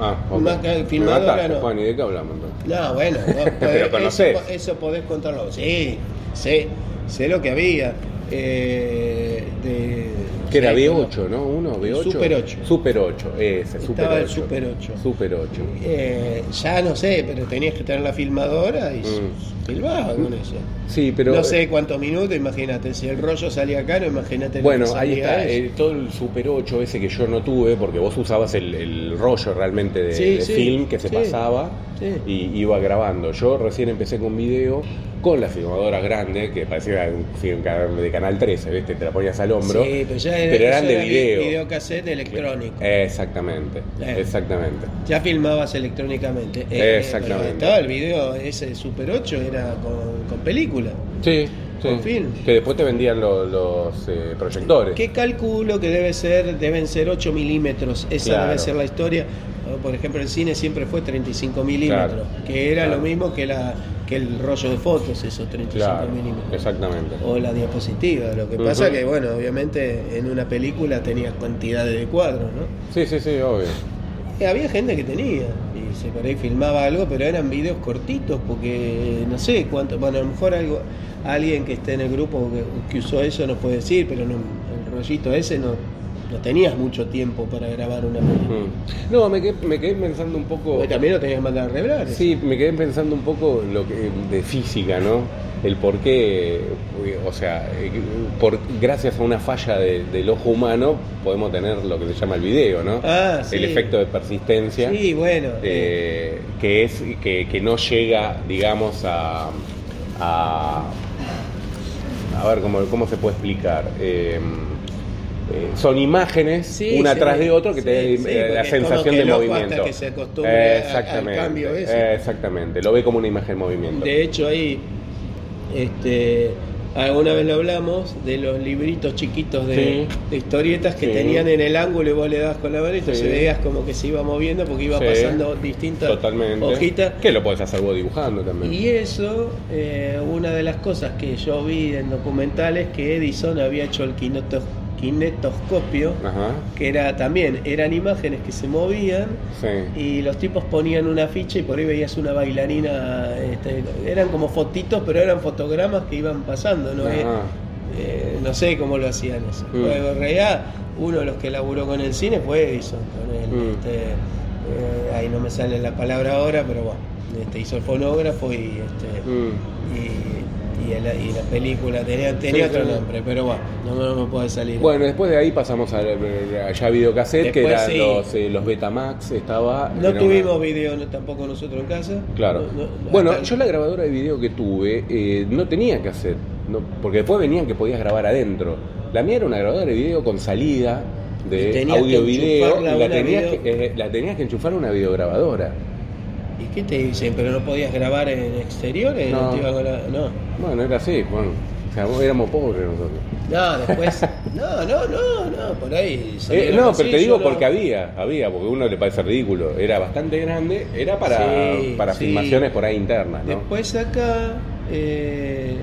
[SPEAKER 1] ah, ok.
[SPEAKER 2] más que
[SPEAKER 1] Me
[SPEAKER 2] filmadora,
[SPEAKER 1] mataste,
[SPEAKER 2] no.
[SPEAKER 1] Juan, ¿y de qué hablamos entonces?
[SPEAKER 2] No, bueno,
[SPEAKER 1] <laughs>
[SPEAKER 2] vos podés-
[SPEAKER 1] Pero conocés.
[SPEAKER 2] Eso, eso podés contarlo. Sí, sé, sé lo que había. Eh, de,
[SPEAKER 1] Que era
[SPEAKER 2] sí,
[SPEAKER 1] B8, ¿no? Uno, B8.
[SPEAKER 2] Super 8.
[SPEAKER 1] Super 8, ese, Super
[SPEAKER 2] Estaba
[SPEAKER 1] 8.
[SPEAKER 2] el Super 8.
[SPEAKER 1] Super 8.
[SPEAKER 2] Eh, ya no sé, pero tenías que tener la filmadora y
[SPEAKER 1] Mm.
[SPEAKER 2] filmabas con eso.
[SPEAKER 1] Sí, pero. eh,
[SPEAKER 2] no sé cuántos minutos, imagínate. Si el rollo salía caro, imagínate. lo
[SPEAKER 1] Bueno,
[SPEAKER 2] que
[SPEAKER 1] ahí
[SPEAKER 2] salía
[SPEAKER 1] está, eh,
[SPEAKER 2] eso.
[SPEAKER 1] el- todo el Super 8 ese que yo no tuve, porque vos usabas el, el rollo realmente de,
[SPEAKER 2] Sí,
[SPEAKER 1] de
[SPEAKER 2] sí,
[SPEAKER 1] film que se
[SPEAKER 2] sí,
[SPEAKER 1] pasaba
[SPEAKER 2] sí.
[SPEAKER 1] y iba grabando. Yo recién empecé con video con la filmadora grande, que parecía un film ca- de Canal 13, ¿viste? Te la ponías al hombro,
[SPEAKER 2] Sí, pero ya era,
[SPEAKER 1] pero eran
[SPEAKER 2] eso
[SPEAKER 1] de
[SPEAKER 2] era vi-
[SPEAKER 1] video.
[SPEAKER 2] videocassette electrónico.
[SPEAKER 1] Exactamente,
[SPEAKER 2] Eh.
[SPEAKER 1] exactamente.
[SPEAKER 2] Ya filmabas electrónicamente. Eh, eh,
[SPEAKER 1] Exactamente.
[SPEAKER 2] pero Estaba el video, ese Super 8 era con, con película.
[SPEAKER 1] Sí,
[SPEAKER 2] sí. Con film.
[SPEAKER 1] Que después te vendían lo- los eh, proyectores.
[SPEAKER 2] ¿Qué calculo que debe ser? Deben ser 8 milímetros. Esa
[SPEAKER 1] Claro.
[SPEAKER 2] debe ser la historia. O, Por ejemplo, el cine siempre fue 35 milímetros, que era
[SPEAKER 1] Claro.
[SPEAKER 2] lo mismo que, la, que el rollo de fotos, esos 35
[SPEAKER 1] Claro,
[SPEAKER 2] milímetros.
[SPEAKER 1] exactamente.
[SPEAKER 2] O la diapositiva. Lo que pasa
[SPEAKER 1] Ujú.
[SPEAKER 2] que, bueno, obviamente en una película tenía cantidades de cuadros, ¿no?
[SPEAKER 1] Sí, sí, sí, obvio.
[SPEAKER 2] Y Eh, había gente que tenía, y se por ahí filmaba algo, pero eran videos cortitos, porque no sé cuánto. Bueno, a lo mejor algo, alguien que esté en el grupo que, que usó eso nos puede decir, pero no- el rollito ese no no tenías mucho tiempo para grabar una película.
[SPEAKER 1] Mm. No, me quedé, me quedé pensando un poco.
[SPEAKER 2] Porque también lo tenías que mandar a arreglar.
[SPEAKER 1] Sí, me quedé pensando un poco en lo que, de física, ¿no? El por qué, eh, o sea, eh, por, gracias a una falla de- del ojo humano podemos tener lo que se llama el video, ¿no?
[SPEAKER 2] Ah, sí.
[SPEAKER 1] El efecto de persistencia,
[SPEAKER 2] Sí, bueno.
[SPEAKER 1] eh, que es que, que no llega, digamos, a, a, a ver cómo, cómo se puede explicar. Eh, eh, son imágenes
[SPEAKER 2] Sí,
[SPEAKER 1] una
[SPEAKER 2] sí,
[SPEAKER 1] tras de otra que
[SPEAKER 2] sí,
[SPEAKER 1] te da
[SPEAKER 2] sí,
[SPEAKER 1] eh,
[SPEAKER 2] porque
[SPEAKER 1] la
[SPEAKER 2] es como
[SPEAKER 1] sensación
[SPEAKER 2] que
[SPEAKER 1] de
[SPEAKER 2] el ojo
[SPEAKER 1] movimiento.
[SPEAKER 2] hasta que se acostumbre a-
[SPEAKER 1] exactamente,
[SPEAKER 2] al cambio ese.
[SPEAKER 1] exactamente. Lo ve como una imagen en movimiento.
[SPEAKER 2] De hecho, ahí, este, alguna vez lo hablamos, de los libritos chiquitos de,
[SPEAKER 1] Sí.
[SPEAKER 2] de historietas que
[SPEAKER 1] Sí.
[SPEAKER 2] tenían en el ángulo y vos le dabas con la mano y entonces
[SPEAKER 1] Sí.
[SPEAKER 2] veías como que se iba moviendo porque iba
[SPEAKER 1] Sí.
[SPEAKER 2] pasando distintas
[SPEAKER 1] Totalmente.
[SPEAKER 2] hojitas.
[SPEAKER 1] Que lo podés hacer vos dibujando también.
[SPEAKER 2] Y eso, eh, una de las cosas que yo vi en documentales, que Edison había hecho el kineto- kinetoscopio,
[SPEAKER 1] Ajá.
[SPEAKER 2] que era también, eran imágenes que se movían
[SPEAKER 1] Sí.
[SPEAKER 2] y los tipos ponían una ficha y por ahí veías una bailarina, este, eran como fotitos, pero eran fotogramas que iban pasando, ¿no? Eh,
[SPEAKER 1] Ajá.
[SPEAKER 2] eh, no sé cómo lo hacían eso.
[SPEAKER 1] Mm.
[SPEAKER 2] Luego, en realidad, uno de los que laburó con el cine fue Edison. Con el,
[SPEAKER 1] Mm.
[SPEAKER 2] este, eh, ahí no me sale la palabra ahora, pero bueno, este, hizo el fonógrafo y, este,
[SPEAKER 1] Mm.
[SPEAKER 2] y, y la, y la película tenía, tenía
[SPEAKER 1] Sí,
[SPEAKER 2] otro
[SPEAKER 1] claro.
[SPEAKER 2] nombre, pero bueno, no, me- no me puede salir.
[SPEAKER 1] Bueno, después de ahí pasamos a, a ya videocassette, que
[SPEAKER 2] Después
[SPEAKER 1] eran
[SPEAKER 2] sí.
[SPEAKER 1] los, eh, los Betamax, estaba...
[SPEAKER 2] no
[SPEAKER 1] era una-
[SPEAKER 2] tuvimos video no, tampoco nosotros en casa.
[SPEAKER 1] Claro.
[SPEAKER 2] No- no-
[SPEAKER 1] bueno,
[SPEAKER 2] hasta-
[SPEAKER 1] yo la grabadora de video que tuve eh, no tenía cassette, no, porque después venían que podías grabar adentro. La mía era una grabadora de video con salida
[SPEAKER 2] Y
[SPEAKER 1] de
[SPEAKER 2] tenías que
[SPEAKER 1] audio-video
[SPEAKER 2] enchufarla
[SPEAKER 1] y
[SPEAKER 2] a
[SPEAKER 1] la
[SPEAKER 2] una
[SPEAKER 1] tenías,
[SPEAKER 2] video-
[SPEAKER 1] que, eh, la tenías que enchufar a una videograbadora.
[SPEAKER 2] ¿Y qué te dicen? ¿Pero no podías grabar en exteriores? No.
[SPEAKER 1] No.
[SPEAKER 2] te iba con la- no.
[SPEAKER 1] Bueno, era así, Juan. O sea, vos- éramos pobres nosotros.
[SPEAKER 2] No, después.
[SPEAKER 1] <laughs>
[SPEAKER 2] No, no, no, no, por
[SPEAKER 1] Eh,
[SPEAKER 2] ahí. salieron
[SPEAKER 1] no,
[SPEAKER 2] así,
[SPEAKER 1] pero te
[SPEAKER 2] yo
[SPEAKER 1] digo
[SPEAKER 2] lo-
[SPEAKER 1] porque había, había, porque uno le parece ridículo. Era bastante grande, era para,
[SPEAKER 2] Sí,
[SPEAKER 1] para
[SPEAKER 2] sí.
[SPEAKER 1] filmaciones por ahí internas, ¿no?
[SPEAKER 2] Después acá, eh,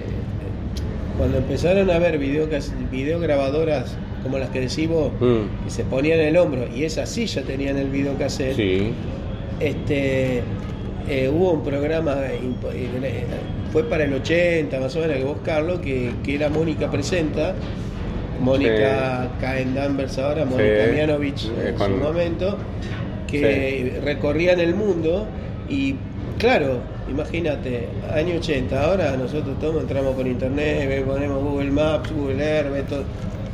[SPEAKER 2] cuando empezaron a ver videocas- videograbadoras como las que decimos,
[SPEAKER 1] Mm,
[SPEAKER 2] que se ponían en el hombro, y esas sí ya tenían el videocassette,
[SPEAKER 1] sí.
[SPEAKER 2] este, eh, hubo un programa, impo- eh, fue para el 80 más o menos, que vos, Carlos, que, que era Mónica Presenta, Mónica Caen Danvers ahora, Mónica
[SPEAKER 1] Sí.
[SPEAKER 2] Mianovich
[SPEAKER 1] Eh,
[SPEAKER 2] en su
[SPEAKER 1] con-
[SPEAKER 2] momento, que recorrían el mundo y, claro, imagínate, año 80, ahora nosotros todos entramos por internet, ve- ponemos Google Maps, Google Earth, ve todo,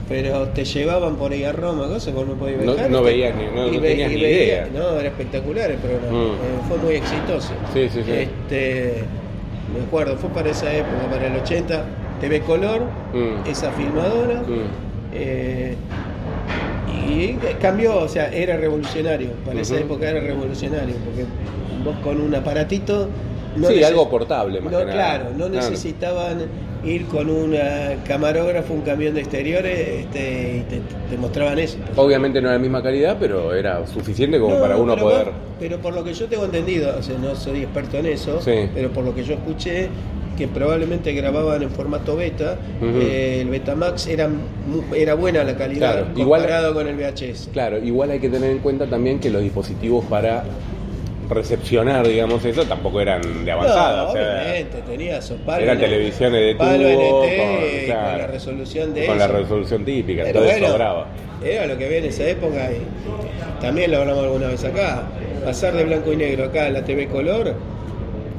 [SPEAKER 2] Pero te llevaban por ahí a Roma, cosas, vos no podías
[SPEAKER 1] No-
[SPEAKER 2] viajar.
[SPEAKER 1] no
[SPEAKER 2] y te-
[SPEAKER 1] veías ni- no-
[SPEAKER 2] y
[SPEAKER 1] no
[SPEAKER 2] ve-
[SPEAKER 1] tenías
[SPEAKER 2] y
[SPEAKER 1] ni
[SPEAKER 2] veías-
[SPEAKER 1] idea.
[SPEAKER 2] no, era espectacular el programa.
[SPEAKER 1] Mm.
[SPEAKER 2] eh, Fue muy exitoso.
[SPEAKER 1] Sí, sí, sí.
[SPEAKER 2] Este, me acuerdo, fue para esa época, para el 80, TV Color,
[SPEAKER 1] Mm,
[SPEAKER 2] esa filmadora.
[SPEAKER 1] mm,
[SPEAKER 2] eh, y cambió, o sea, era revolucionario. Para esa
[SPEAKER 1] Ujú.
[SPEAKER 2] época era revolucionario, porque vos con un aparatito.
[SPEAKER 1] Sí,
[SPEAKER 2] neces-
[SPEAKER 1] algo portable, más
[SPEAKER 2] no,
[SPEAKER 1] que nada.
[SPEAKER 2] Claro, no
[SPEAKER 1] Claro.
[SPEAKER 2] necesitaban ir con un eh, camarógrafo, un camión de exteriores, este, y te, te mostraban eso. pues.
[SPEAKER 1] Obviamente no era la misma calidad, pero era suficiente como
[SPEAKER 2] No,
[SPEAKER 1] para uno
[SPEAKER 2] pero
[SPEAKER 1] poder.
[SPEAKER 2] vos- pero por lo que yo tengo entendido, o sea, no soy experto en eso,
[SPEAKER 1] Sí.
[SPEAKER 2] pero por lo que yo escuché, que probablemente grababan en formato beta,
[SPEAKER 1] Ujú.
[SPEAKER 2] eh, el Betamax era, mu- era buena la calidad
[SPEAKER 1] Claro, igual-
[SPEAKER 2] comparado con el VHS.
[SPEAKER 1] Claro, igual hay que tener en cuenta también que los dispositivos para recepcionar, digamos, eso tampoco eran de avanzada.
[SPEAKER 2] No,
[SPEAKER 1] o sea,
[SPEAKER 2] obviamente, tenía esos palos.
[SPEAKER 1] eran
[SPEAKER 2] en-
[SPEAKER 1] televisiones de tubo
[SPEAKER 2] palo NT, con,
[SPEAKER 1] claro,
[SPEAKER 2] la resolución de
[SPEAKER 1] con la
[SPEAKER 2] eso.
[SPEAKER 1] resolución típica,
[SPEAKER 2] Pero
[SPEAKER 1] todo
[SPEAKER 2] bueno,
[SPEAKER 1] eso sobraba.
[SPEAKER 2] Era lo que había en esa época y también lo hablamos alguna vez acá. Pasar de blanco y negro acá a la TV color,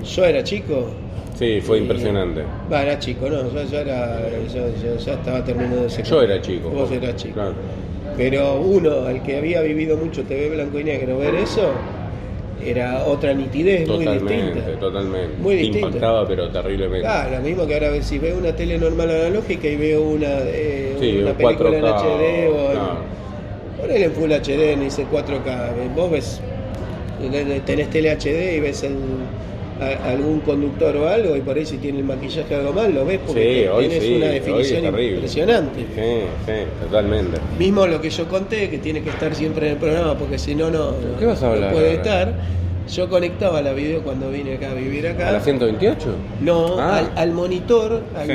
[SPEAKER 2] yo era chico.
[SPEAKER 1] Sí, fue
[SPEAKER 2] y-
[SPEAKER 1] impresionante.
[SPEAKER 2] Va, era chico, no, yo, yo era, yo, yo ya estaba terminando de
[SPEAKER 1] Yo era chico.
[SPEAKER 2] Vos eras chico.
[SPEAKER 1] Claro.
[SPEAKER 2] Pero uno, el que había vivido mucho TV blanco y negro, ver eso era otra nitidez muy
[SPEAKER 1] Totalmente,
[SPEAKER 2] distinta.
[SPEAKER 1] totalmente.
[SPEAKER 2] Muy distinta.
[SPEAKER 1] Impactaba, pero terriblemente.
[SPEAKER 2] Ah, lo mismo que ahora ves, si veo una tele normal analógica y veo una, eh,
[SPEAKER 1] sí,
[SPEAKER 2] una
[SPEAKER 1] un
[SPEAKER 2] película
[SPEAKER 1] 4K.
[SPEAKER 2] en HD o en,
[SPEAKER 1] claro.
[SPEAKER 2] ponele en Full HD, en ese 4K, eh, vos ves, eh, tenés tele HD y ves el- a- algún conductor o algo y por ahí si tiene el maquillaje o algo mal lo ves porque
[SPEAKER 1] Sí,
[SPEAKER 2] te-
[SPEAKER 1] hoy
[SPEAKER 2] tenés
[SPEAKER 1] sí,
[SPEAKER 2] una
[SPEAKER 1] hoy
[SPEAKER 2] definición
[SPEAKER 1] es terrible.
[SPEAKER 2] impresionante.
[SPEAKER 1] Sí, sí, totalmente.
[SPEAKER 2] Mismo lo que yo conté, que tiene que estar siempre en el programa porque si no, no,
[SPEAKER 1] ¿Qué vas a
[SPEAKER 2] no
[SPEAKER 1] hablar
[SPEAKER 2] puede
[SPEAKER 1] ahora?
[SPEAKER 2] estar. Yo conectaba la video cuando vine acá a vivir acá.
[SPEAKER 1] ¿A la 128?
[SPEAKER 2] No,
[SPEAKER 1] Ah.
[SPEAKER 2] al, al monitor, al
[SPEAKER 1] Sí.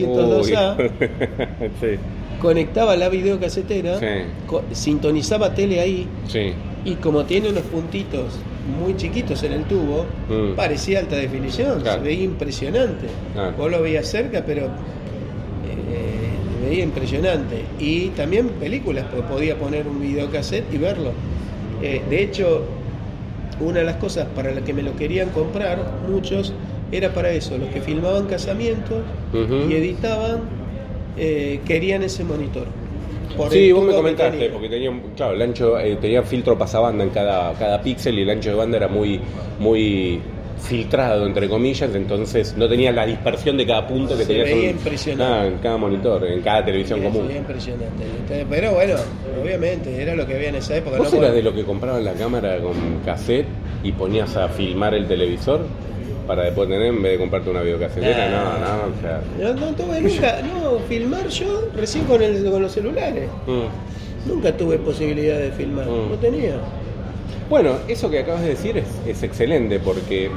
[SPEAKER 2] 1902A,
[SPEAKER 1] Uy. <laughs> sí.
[SPEAKER 2] conectaba la videocasetera,
[SPEAKER 1] Sí.
[SPEAKER 2] co- sintonizaba tele ahí
[SPEAKER 1] Sí.
[SPEAKER 2] y como tiene unos puntitos muy chiquitos en el tubo,
[SPEAKER 1] Mm.
[SPEAKER 2] parecía alta definición,
[SPEAKER 1] Claro. Ah.
[SPEAKER 2] se veía impresionante.
[SPEAKER 1] Claro.
[SPEAKER 2] Vos lo veías cerca, pero eh, veía impresionante. Y también películas, porque podía poner un videocassette y verlo. Eh, de hecho, una de las cosas para las que me lo querían comprar muchos era para eso, los que filmaban casamientos
[SPEAKER 1] Ujú.
[SPEAKER 2] y editaban eh, querían ese monitor. Por
[SPEAKER 1] Sí,
[SPEAKER 2] el
[SPEAKER 1] vos me
[SPEAKER 2] tubo que
[SPEAKER 1] comentaste,
[SPEAKER 2] tenía.
[SPEAKER 1] porque tenía, un- claro, el ancho, eh, tenía filtro pasabanda en cada, cada píxel y el ancho de banda era muy, muy filtrado, entre comillas, entonces no tenía la dispersión de cada punto que
[SPEAKER 2] Se
[SPEAKER 1] tenías
[SPEAKER 2] veía
[SPEAKER 1] un-
[SPEAKER 2] impresionante.
[SPEAKER 1] ah, en cada monitor, en cada televisión
[SPEAKER 2] Sí,
[SPEAKER 1] común.
[SPEAKER 2] sería impresionante. Entonces, Pero bueno, obviamente, era lo que había en esa época.
[SPEAKER 1] ¿Vos
[SPEAKER 2] no
[SPEAKER 1] eras
[SPEAKER 2] podía-
[SPEAKER 1] de lo que compraban la cámara con cassette y ponías a filmar el televisor para después tener en vez de comprarte una videocasetera?
[SPEAKER 2] Nah.
[SPEAKER 1] No, no, o sea.
[SPEAKER 2] No, no tuve nunca, no, filmar yo recién con, el, con los celulares.
[SPEAKER 1] mm.
[SPEAKER 2] Nunca tuve posibilidad de filmar,
[SPEAKER 1] Mm.
[SPEAKER 2] no tenía.
[SPEAKER 1] Bueno, eso que acabas de decir es, es excelente porque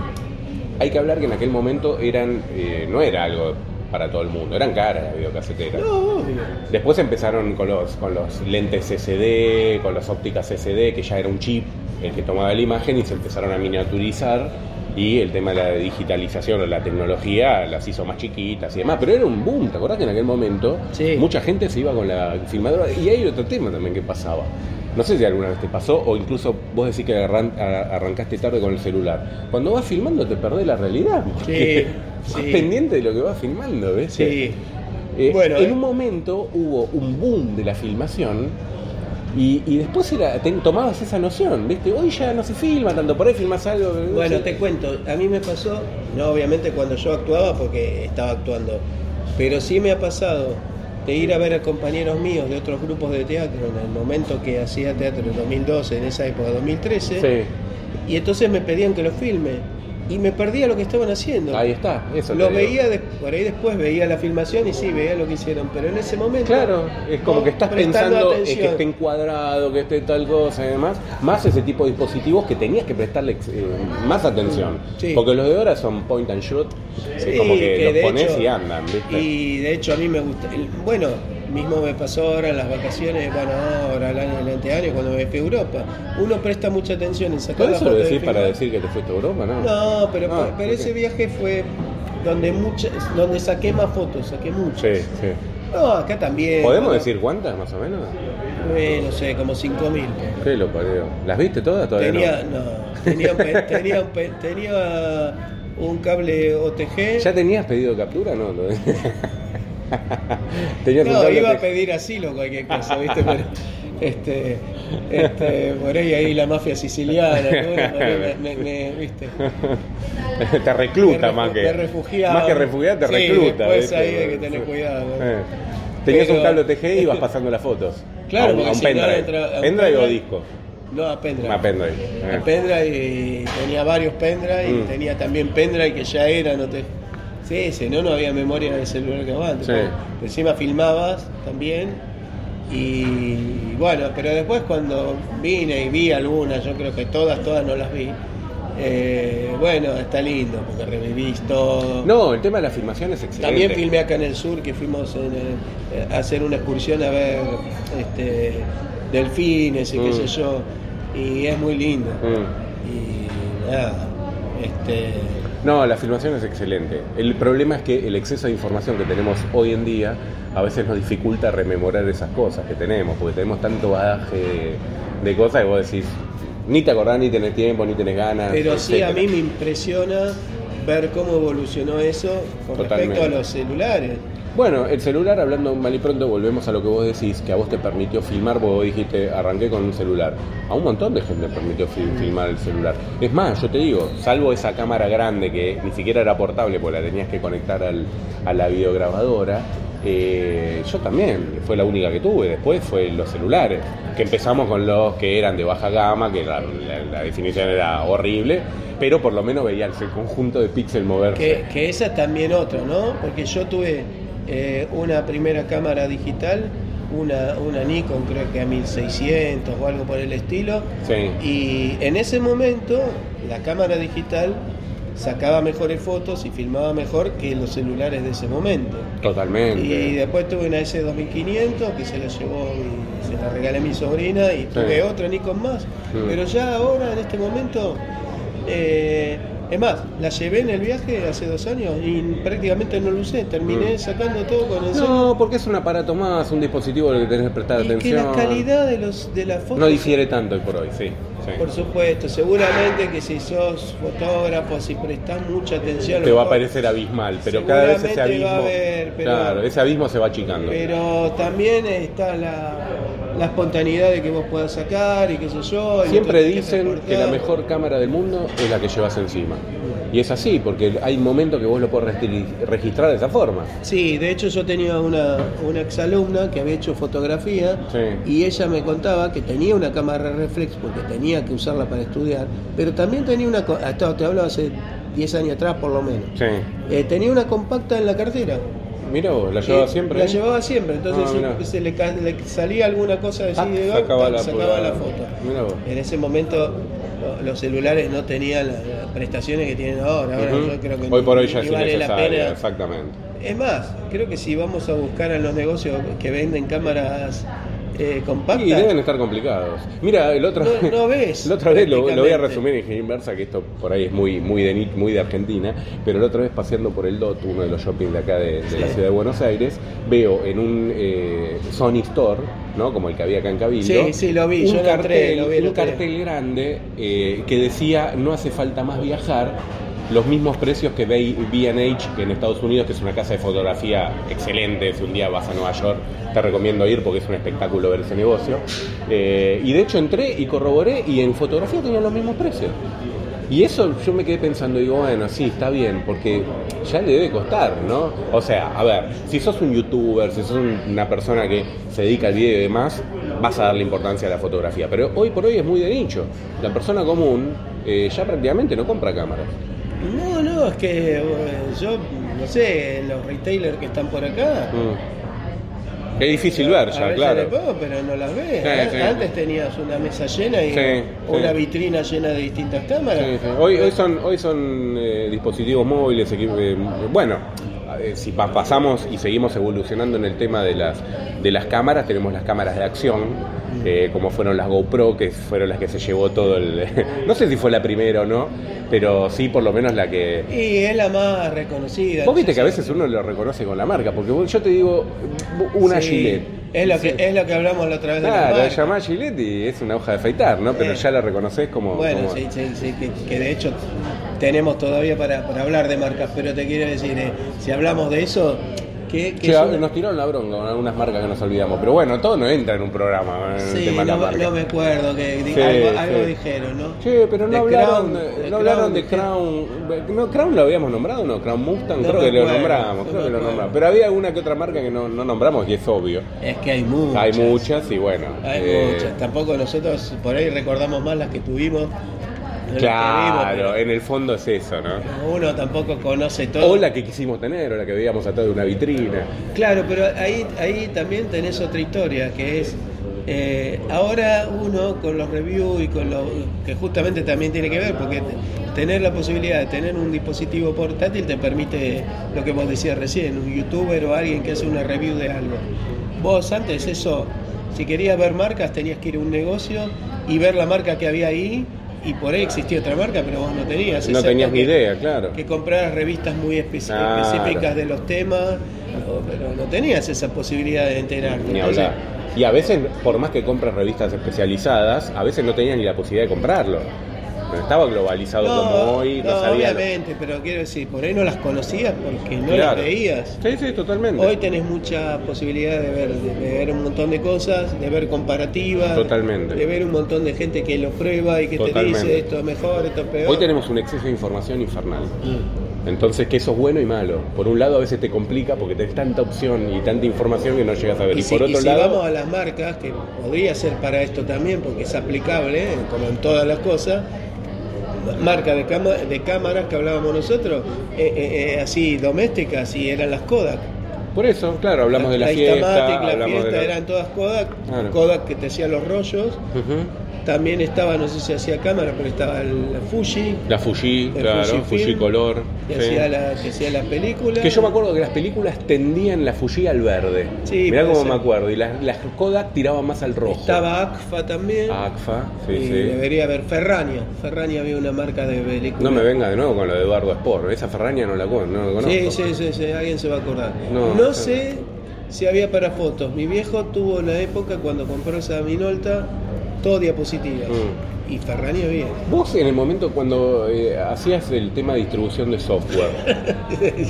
[SPEAKER 1] hay que hablar que en aquel momento eran eh, no era algo para todo el mundo, eran caras las videocaseteras.
[SPEAKER 2] No, obvio.
[SPEAKER 1] Después empezaron con los, con los lentes SD, con las ópticas SD, que ya era un chip el que tomaba la imagen y se empezaron a miniaturizar y el tema de la digitalización o la tecnología las hizo más chiquitas y demás. Pero era un boom, ¿te acordás que en aquel momento
[SPEAKER 2] Sí.
[SPEAKER 1] mucha gente se iba con la filmadora? Y hay otro tema también que pasaba. No sé si alguna vez te pasó o incluso vos decís que arran- a- arrancaste tarde con el celular. Cuando vas filmando te perdés la realidad. porque <laughs>
[SPEAKER 2] Sí,
[SPEAKER 1] vas
[SPEAKER 2] sí.
[SPEAKER 1] pendiente de lo que vas filmando, ¿ves?
[SPEAKER 2] Sí.
[SPEAKER 1] Eh,
[SPEAKER 2] Bueno,
[SPEAKER 1] en
[SPEAKER 2] eh.
[SPEAKER 1] un momento hubo un boom de la filmación y, y después era, te- tomabas esa noción, ¿viste? Hoy ya no se filma tanto, por ahí filmas algo. no
[SPEAKER 2] Bueno,
[SPEAKER 1] sé.
[SPEAKER 2] te cuento, a mí me pasó, no obviamente cuando yo actuaba, porque estaba actuando, pero sí me ha pasado de ir a ver a compañeros míos de otros grupos de teatro en el momento que hacía teatro en 2012, en esa época, 2013,
[SPEAKER 1] Sí,
[SPEAKER 2] y entonces me pedían que lo filme y me perdía lo que estaban haciendo.
[SPEAKER 1] ahí está, eso.
[SPEAKER 2] lo
[SPEAKER 1] te digo.
[SPEAKER 2] veía de- por ahí después, veía la filmación y sí, veía lo que hicieron, pero en ese momento.
[SPEAKER 1] Claro, es como
[SPEAKER 2] no,
[SPEAKER 1] que estás
[SPEAKER 2] prestando
[SPEAKER 1] pensando en que
[SPEAKER 2] atención.
[SPEAKER 1] esté encuadrado, que esté tal cosa y demás, más ese tipo de dispositivos que tenías que prestarle eh, más atención.
[SPEAKER 2] Mm, Sí.
[SPEAKER 1] Porque los de ahora son point and shoot,
[SPEAKER 2] Sí,
[SPEAKER 1] es como que,
[SPEAKER 2] de
[SPEAKER 1] los pones
[SPEAKER 2] hecho-
[SPEAKER 1] y andan, ¿viste?
[SPEAKER 2] Y de hecho a mí me gusta. el- Bueno, mismo me pasó ahora en las vacaciones, bueno, ahora el año, el anteaño, cuando me fui a Europa. Uno presta mucha atención en sacar
[SPEAKER 1] ¿Todo
[SPEAKER 2] la
[SPEAKER 1] eso lo
[SPEAKER 2] foto de
[SPEAKER 1] decís para
[SPEAKER 2] filmar.
[SPEAKER 1] decir que te fuiste a Europa, no?
[SPEAKER 2] No, pero,
[SPEAKER 1] Ah,
[SPEAKER 2] pero
[SPEAKER 1] ok.
[SPEAKER 2] ese viaje fue donde muchas, donde saqué más fotos, saqué muchas.
[SPEAKER 1] Sí, sí.
[SPEAKER 2] No, acá también.
[SPEAKER 1] ¿Podemos
[SPEAKER 2] bueno,
[SPEAKER 1] decir cuántas más o menos?
[SPEAKER 2] eh, no sé, como 5.000.
[SPEAKER 1] Sí, lo parió. ¿Las viste todas todavía?
[SPEAKER 2] Tenía,
[SPEAKER 1] no?
[SPEAKER 2] no, tenía,
[SPEAKER 1] <laughs>
[SPEAKER 2] un pe- tenía, un pe- tenía un cable OTG.
[SPEAKER 1] ¿Ya tenías pedido de captura? No. <laughs> lo- Tenías un
[SPEAKER 2] No,
[SPEAKER 1] tablet
[SPEAKER 2] iba
[SPEAKER 1] de-
[SPEAKER 2] a pedir asilo cualquier cosa, ¿viste? Pero, este, este, por ahí ahí la mafia siciliana,
[SPEAKER 1] <laughs>
[SPEAKER 2] ¿no? me, me- me- ¿viste?
[SPEAKER 1] <laughs> te recluta
[SPEAKER 2] me refu-
[SPEAKER 1] más que.
[SPEAKER 2] me refugiaba.
[SPEAKER 1] Más que refugiar, te
[SPEAKER 2] Sí,
[SPEAKER 1] recluta.
[SPEAKER 2] después
[SPEAKER 1] ¿viste?
[SPEAKER 2] ahí hay que tener cuidado, ¿no?
[SPEAKER 1] Eh. Tenías un
[SPEAKER 2] Pero-
[SPEAKER 1] cable TG y ibas pasando las fotos.
[SPEAKER 2] Claro,
[SPEAKER 1] a un, a
[SPEAKER 2] porque
[SPEAKER 1] un
[SPEAKER 2] si no
[SPEAKER 1] pendrive.
[SPEAKER 2] entra- a un
[SPEAKER 1] ¿Pendrive o
[SPEAKER 2] pendrive.
[SPEAKER 1] disco?
[SPEAKER 2] No, a pendrive.
[SPEAKER 1] A pendrive. eh.
[SPEAKER 2] A pendrive, y tenía varios pendrive,
[SPEAKER 1] Mm.
[SPEAKER 2] tenía también pendrive que ya era, no te... Sí, si no, no había memoria en el celular que aguante.
[SPEAKER 1] Sí.
[SPEAKER 2] Encima filmabas también. Y bueno, pero después cuando vine y vi algunas, yo creo que todas, todas no las vi. eh, bueno, está lindo porque revivís todo.
[SPEAKER 1] No, el tema de la filmación es excelente.
[SPEAKER 2] También filmé acá en el sur, que fuimos en el- eh, a hacer una excursión a ver este, delfines y qué
[SPEAKER 1] Mm.
[SPEAKER 2] sé yo. Y es muy lindo.
[SPEAKER 1] Mm.
[SPEAKER 2] Y nada, este,
[SPEAKER 1] No, la filmación es excelente. El problema es que el exceso de información que tenemos hoy en día a veces nos dificulta rememorar esas cosas que tenemos, porque tenemos tanto bagaje de, de cosas que vos decís, ni te acordás, ni tenés tiempo, ni tenés ganas.
[SPEAKER 2] pero sí a
[SPEAKER 1] Ah, etcétera.
[SPEAKER 2] mí me impresiona ver cómo evolucionó eso con
[SPEAKER 1] Totalmente.
[SPEAKER 2] respecto a los celulares.
[SPEAKER 1] Bueno, el celular, hablando mal y pronto, volvemos a lo que vos decís, que a vos te permitió filmar, vos dijiste, arranqué con un celular. A un montón de gente permitió fil- filmar el celular. Es más, yo te digo, salvo esa cámara grande que ni siquiera era portable porque la tenías que conectar al- a la videograbadora, eh, yo también, fue la única que tuve. Después fue los celulares, que empezamos con los que eran de baja gama, que la, la- la definición era horrible, pero por lo menos veías el conjunto de píxel moverse.
[SPEAKER 2] Que, que esa es también otra, ¿no? Porque yo tuve eh, una primera cámara digital, una, una Nikon creo que a 1600 o algo por el estilo,
[SPEAKER 1] Sí.
[SPEAKER 2] y en ese momento la cámara digital sacaba mejores fotos y filmaba mejor que los celulares de ese momento.
[SPEAKER 1] Totalmente.
[SPEAKER 2] Y después tuve una S2500 que se la llevó y se la regalé a mi sobrina y
[SPEAKER 1] Sí.
[SPEAKER 2] tuve otra Nikon más.
[SPEAKER 1] Mm.
[SPEAKER 2] Pero ya ahora, en este momento, eh, Es más, la llevé en el viaje hace dos años y prácticamente no lo usé. Terminé
[SPEAKER 1] Mm.
[SPEAKER 2] sacando todo con el celular.
[SPEAKER 1] No, porque es un aparato más, un dispositivo al que tenés que prestar
[SPEAKER 2] Y que
[SPEAKER 1] atención.
[SPEAKER 2] la calidad de, los, de las fotos...
[SPEAKER 1] No difiere tanto hoy por hoy, sí. sí.
[SPEAKER 2] Por supuesto, seguramente que si sos fotógrafo, si prestás mucha atención...
[SPEAKER 1] Te va a
[SPEAKER 2] mejor-
[SPEAKER 1] parecer abismal, pero cada vez ese
[SPEAKER 2] Seguramente
[SPEAKER 1] abismo.
[SPEAKER 2] va a haber, pero-
[SPEAKER 1] Claro, ese abismo se va achicando.
[SPEAKER 2] Pero también está la, la espontaneidad de que vos puedas sacar y qué sé yo. y
[SPEAKER 1] Siempre
[SPEAKER 2] entonces tenés
[SPEAKER 1] dicen que la
[SPEAKER 2] cortar.
[SPEAKER 1] mejor cámara del mundo es la que llevas encima. Y es así, porque hay momentos que vos lo podés restri- registrar de esa forma.
[SPEAKER 2] Sí, de hecho yo tenía una, una exalumna que había hecho fotografía
[SPEAKER 1] Sí.
[SPEAKER 2] y ella me contaba que tenía una cámara reflex porque tenía que usarla para estudiar, pero también tenía una... co- ah, esto te hablo hace 10 años atrás por lo menos.
[SPEAKER 1] Sí.
[SPEAKER 2] Eh, tenía una compacta en la cartera.
[SPEAKER 1] Mirá vos, la
[SPEAKER 2] Eh,
[SPEAKER 1] llevabas siempre.
[SPEAKER 2] La
[SPEAKER 1] ahí?
[SPEAKER 2] llevaba siempre,
[SPEAKER 1] Ah,
[SPEAKER 2] entonces
[SPEAKER 1] mirá.
[SPEAKER 2] si- se le, ca- le salía alguna cosa de
[SPEAKER 1] Ah,
[SPEAKER 2] sí de
[SPEAKER 1] sacaba
[SPEAKER 2] banco,
[SPEAKER 1] la
[SPEAKER 2] sacaba
[SPEAKER 1] pulgada.
[SPEAKER 2] la foto. Eh,
[SPEAKER 1] Mirá vos.
[SPEAKER 2] En ese momento lo- los celulares no tenían las, las prestaciones que tienen ahora. ahora
[SPEAKER 1] Ujú.
[SPEAKER 2] yo creo que
[SPEAKER 1] Hoy
[SPEAKER 2] ni-
[SPEAKER 1] por hoy ya
[SPEAKER 2] ni
[SPEAKER 1] es
[SPEAKER 2] vale la
[SPEAKER 1] innecesaria,
[SPEAKER 2] pena.
[SPEAKER 1] exactamente.
[SPEAKER 2] Es más, creo que si vamos a buscar a los negocios que venden cámaras eh, compactas,
[SPEAKER 1] Y deben estar complicados. Mira, el otro,
[SPEAKER 2] No- no ves,
[SPEAKER 1] la otra vez lo, lo voy a
[SPEAKER 2] prácticamente.
[SPEAKER 1] resumir en ingeniería inversa, que esto por ahí es muy muy de, ni- muy de Argentina, pero la otra vez paseando por el DOT, uno de los shoppings de acá de, de la
[SPEAKER 2] Sí.
[SPEAKER 1] ciudad de Buenos Aires, veo en un eh, Sony Store, ¿no? como el que había acá en Cabildo,
[SPEAKER 2] Sí, sí, lo vi,
[SPEAKER 1] un
[SPEAKER 2] yo lo
[SPEAKER 1] cartel,
[SPEAKER 2] entré, lo vi, lo
[SPEAKER 1] un
[SPEAKER 2] entré.
[SPEAKER 1] cartel grande eh, que decía no hace falta más viajar. Los mismos precios que BH en Estados Unidos, que es una casa de fotografía excelente. Si un día vas a Nueva York, te recomiendo ir porque es un espectáculo ver ese negocio. Eh, y de hecho entré y corroboré y en fotografía tenían los mismos precios. Y eso yo me quedé pensando, digo, bueno, sí, está bien, porque ya le debe costar, ¿no? O sea, a ver, si sos un youtuber, si sos un- una persona que se dedica al video y demás, vas a darle importancia a la fotografía. Pero hoy por hoy es muy de nicho. La persona común eh, ya prácticamente no compra cámaras.
[SPEAKER 2] no, no, es que eh, yo no sé, los retailers que están por acá.
[SPEAKER 1] Mm. Es difícil ver
[SPEAKER 2] a
[SPEAKER 1] ya,
[SPEAKER 2] veces le
[SPEAKER 1] claro.
[SPEAKER 2] pongo, pero no las ves.
[SPEAKER 1] Sí,
[SPEAKER 2] An-
[SPEAKER 1] sí.
[SPEAKER 2] Antes tenías una mesa llena y
[SPEAKER 1] Sí,
[SPEAKER 2] una
[SPEAKER 1] sí.
[SPEAKER 2] vitrina llena de distintas cámaras.
[SPEAKER 1] Sí, sí. Hoy, hoy son, hoy son eh, dispositivos móviles, equi- eh, bueno, eh, si pa- pasamos y seguimos evolucionando en el tema de las, de las cámaras, tenemos las cámaras de acción, eh, como fueron las GoPro, que fueron las que se llevó todo el... <laughs> no sé si fue la primera o no, pero sí por lo menos la que...
[SPEAKER 2] Y es la más reconocida.
[SPEAKER 1] Vos viste
[SPEAKER 2] no sé
[SPEAKER 1] que a
[SPEAKER 2] si-
[SPEAKER 1] veces uno lo reconoce con la marca, porque vos- yo te digo una
[SPEAKER 2] Sí,
[SPEAKER 1] Gillette.
[SPEAKER 2] Es lo, que, es lo que hablamos la otra vez de la
[SPEAKER 1] Claro,
[SPEAKER 2] marca.
[SPEAKER 1] llamás Gillette y es una hoja de afeitar, ¿no? Pero
[SPEAKER 2] Eh.
[SPEAKER 1] ya la reconoces como...
[SPEAKER 2] Bueno,
[SPEAKER 1] como-
[SPEAKER 2] sí, sí, sí, que, que de hecho tenemos todavía para, para hablar de marcas, pero te quiero decir, eh, si hablamos de eso, que, que
[SPEAKER 1] Che,
[SPEAKER 2] es
[SPEAKER 1] a-
[SPEAKER 2] una-
[SPEAKER 1] Nos tiraron la bronca con algunas marcas que nos olvidamos, pero bueno, todo no entra en un programa. eh, el
[SPEAKER 2] Sí,
[SPEAKER 1] tema de las
[SPEAKER 2] no, me- no
[SPEAKER 1] marcas.
[SPEAKER 2] me acuerdo, que di-
[SPEAKER 1] Sí,
[SPEAKER 2] algo,
[SPEAKER 1] sí.
[SPEAKER 2] algo dijeron, ¿no?
[SPEAKER 1] Che, pero no
[SPEAKER 2] De
[SPEAKER 1] hablaron,
[SPEAKER 2] Crown,
[SPEAKER 1] de, no hablaron de
[SPEAKER 2] dijeron.
[SPEAKER 1] Crown. No, Crown lo habíamos nombrado, ¿no? Crown Mustang,
[SPEAKER 2] No
[SPEAKER 1] creo que lo
[SPEAKER 2] recuerdo,
[SPEAKER 1] nombramos,
[SPEAKER 2] no
[SPEAKER 1] creo que lo
[SPEAKER 2] recuerdo.
[SPEAKER 1] nombramos. Pero había alguna que otra marca que no, no nombramos y es obvio.
[SPEAKER 2] Es que hay muchas.
[SPEAKER 1] Hay muchas y bueno.
[SPEAKER 2] Hay
[SPEAKER 1] eh,
[SPEAKER 2] muchas. Tampoco nosotros por ahí recordamos más las que tuvimos. no las que
[SPEAKER 1] Claro, eh.
[SPEAKER 2] vimos,
[SPEAKER 1] en el fondo es eso, ¿no?
[SPEAKER 2] pero Uno tampoco conoce todo.
[SPEAKER 1] O la que quisimos tener, o la que veíamos atrás de una vitrina.
[SPEAKER 2] Claro, pero ahí, ahí también tenés otra historia, que es eh, ahora uno con los reviews y con lo que justamente también tiene que ver, porque te- tener la posibilidad de tener un dispositivo portátil te permite lo que vos decías recién, un youtuber o alguien que hace una review de algo. Vos antes eso, si querías ver marcas tenías que ir a un negocio y ver la marca que había ahí. Y por ahí existía otra marca, pero vos no tenías.
[SPEAKER 1] No
[SPEAKER 2] excepto
[SPEAKER 1] tenías ni
[SPEAKER 2] que-
[SPEAKER 1] idea, claro.
[SPEAKER 2] que compraras revistas muy especi-
[SPEAKER 1] Claro.
[SPEAKER 2] específicas de los temas, o- pero no tenías esa posibilidad de enterarte.
[SPEAKER 1] Ni
[SPEAKER 2] Entonces,
[SPEAKER 1] hablar. Y a veces, por más que compras revistas especializadas, a veces no tenías ni la posibilidad de comprarlo. No estaba globalizado
[SPEAKER 2] no,
[SPEAKER 1] como hoy, no,
[SPEAKER 2] no,
[SPEAKER 1] sabía.
[SPEAKER 2] obviamente, pero quiero decir, por ahí no las conocías porque no las
[SPEAKER 1] Claro.
[SPEAKER 2] veías.
[SPEAKER 1] Sí, sí, totalmente.
[SPEAKER 2] Hoy tenés mucha posibilidad de ver, de ver un montón de cosas, de ver comparativas,
[SPEAKER 1] Totalmente.
[SPEAKER 2] de ver un montón de gente que lo prueba y que
[SPEAKER 1] Totalmente.
[SPEAKER 2] te dice esto es mejor, esto es peor.
[SPEAKER 1] Hoy tenemos un exceso de información infernal.
[SPEAKER 2] Mm.
[SPEAKER 1] Entonces, que eso es bueno y malo. Por un lado, a veces te complica porque tenés tanta opción y tanta información que no llegas a ver.
[SPEAKER 2] Y,
[SPEAKER 1] Y,
[SPEAKER 2] si,
[SPEAKER 1] por
[SPEAKER 2] y
[SPEAKER 1] otro
[SPEAKER 2] si
[SPEAKER 1] lado,
[SPEAKER 2] vamos a las marcas, que podría ser para esto también, porque es aplicable, ¿eh? como en todas las cosas, marca de, cama- de cámaras que hablábamos nosotros, eh, eh, eh, así domésticas, y eran las Kodak.
[SPEAKER 1] por eso, claro, hablamos de la,
[SPEAKER 2] Instamatic,
[SPEAKER 1] fiesta,
[SPEAKER 2] la
[SPEAKER 1] hablamos
[SPEAKER 2] fiesta,
[SPEAKER 1] de la...
[SPEAKER 2] eran todas Kodak,
[SPEAKER 1] Claro.
[SPEAKER 2] Kodak que te hacía los rollos,
[SPEAKER 1] Ujú.
[SPEAKER 2] También estaba, no sé si hacía cámara, pero estaba el- la Fuji,
[SPEAKER 1] La Fuji,
[SPEAKER 2] El
[SPEAKER 1] claro,
[SPEAKER 2] Fujifilm,
[SPEAKER 1] Fuji Color.
[SPEAKER 2] que,
[SPEAKER 1] sí.
[SPEAKER 2] hacía la, que hacía las películas.
[SPEAKER 1] Que yo me acuerdo que las películas tendían la Fuji al verde.
[SPEAKER 2] Sí,
[SPEAKER 1] Mirá
[SPEAKER 2] puede
[SPEAKER 1] cómo
[SPEAKER 2] ser.
[SPEAKER 1] me acuerdo. Y las, las Kodak tiraban más al rojo.
[SPEAKER 2] Estaba ACFA también.
[SPEAKER 1] ACFA, Ah, sí,
[SPEAKER 2] y
[SPEAKER 1] sí.
[SPEAKER 2] debería haber Ferrania. Ferrania había una marca de películas.
[SPEAKER 1] No me venga de nuevo con lo de Eduardo Sport. Esa Ferraña no la, con- no la conozco.
[SPEAKER 2] Sí, sí, sí, sí, alguien se va a acordar.
[SPEAKER 1] No,
[SPEAKER 2] No,
[SPEAKER 1] no.
[SPEAKER 2] sé si había para fotos. Mi viejo tuvo la época cuando compró esa Minolta, todo diapositivas.
[SPEAKER 1] Mm.
[SPEAKER 2] Y Ferrani había.
[SPEAKER 1] Vos en el momento cuando eh, hacías el tema de distribución de
[SPEAKER 2] <laughs>
[SPEAKER 1] software.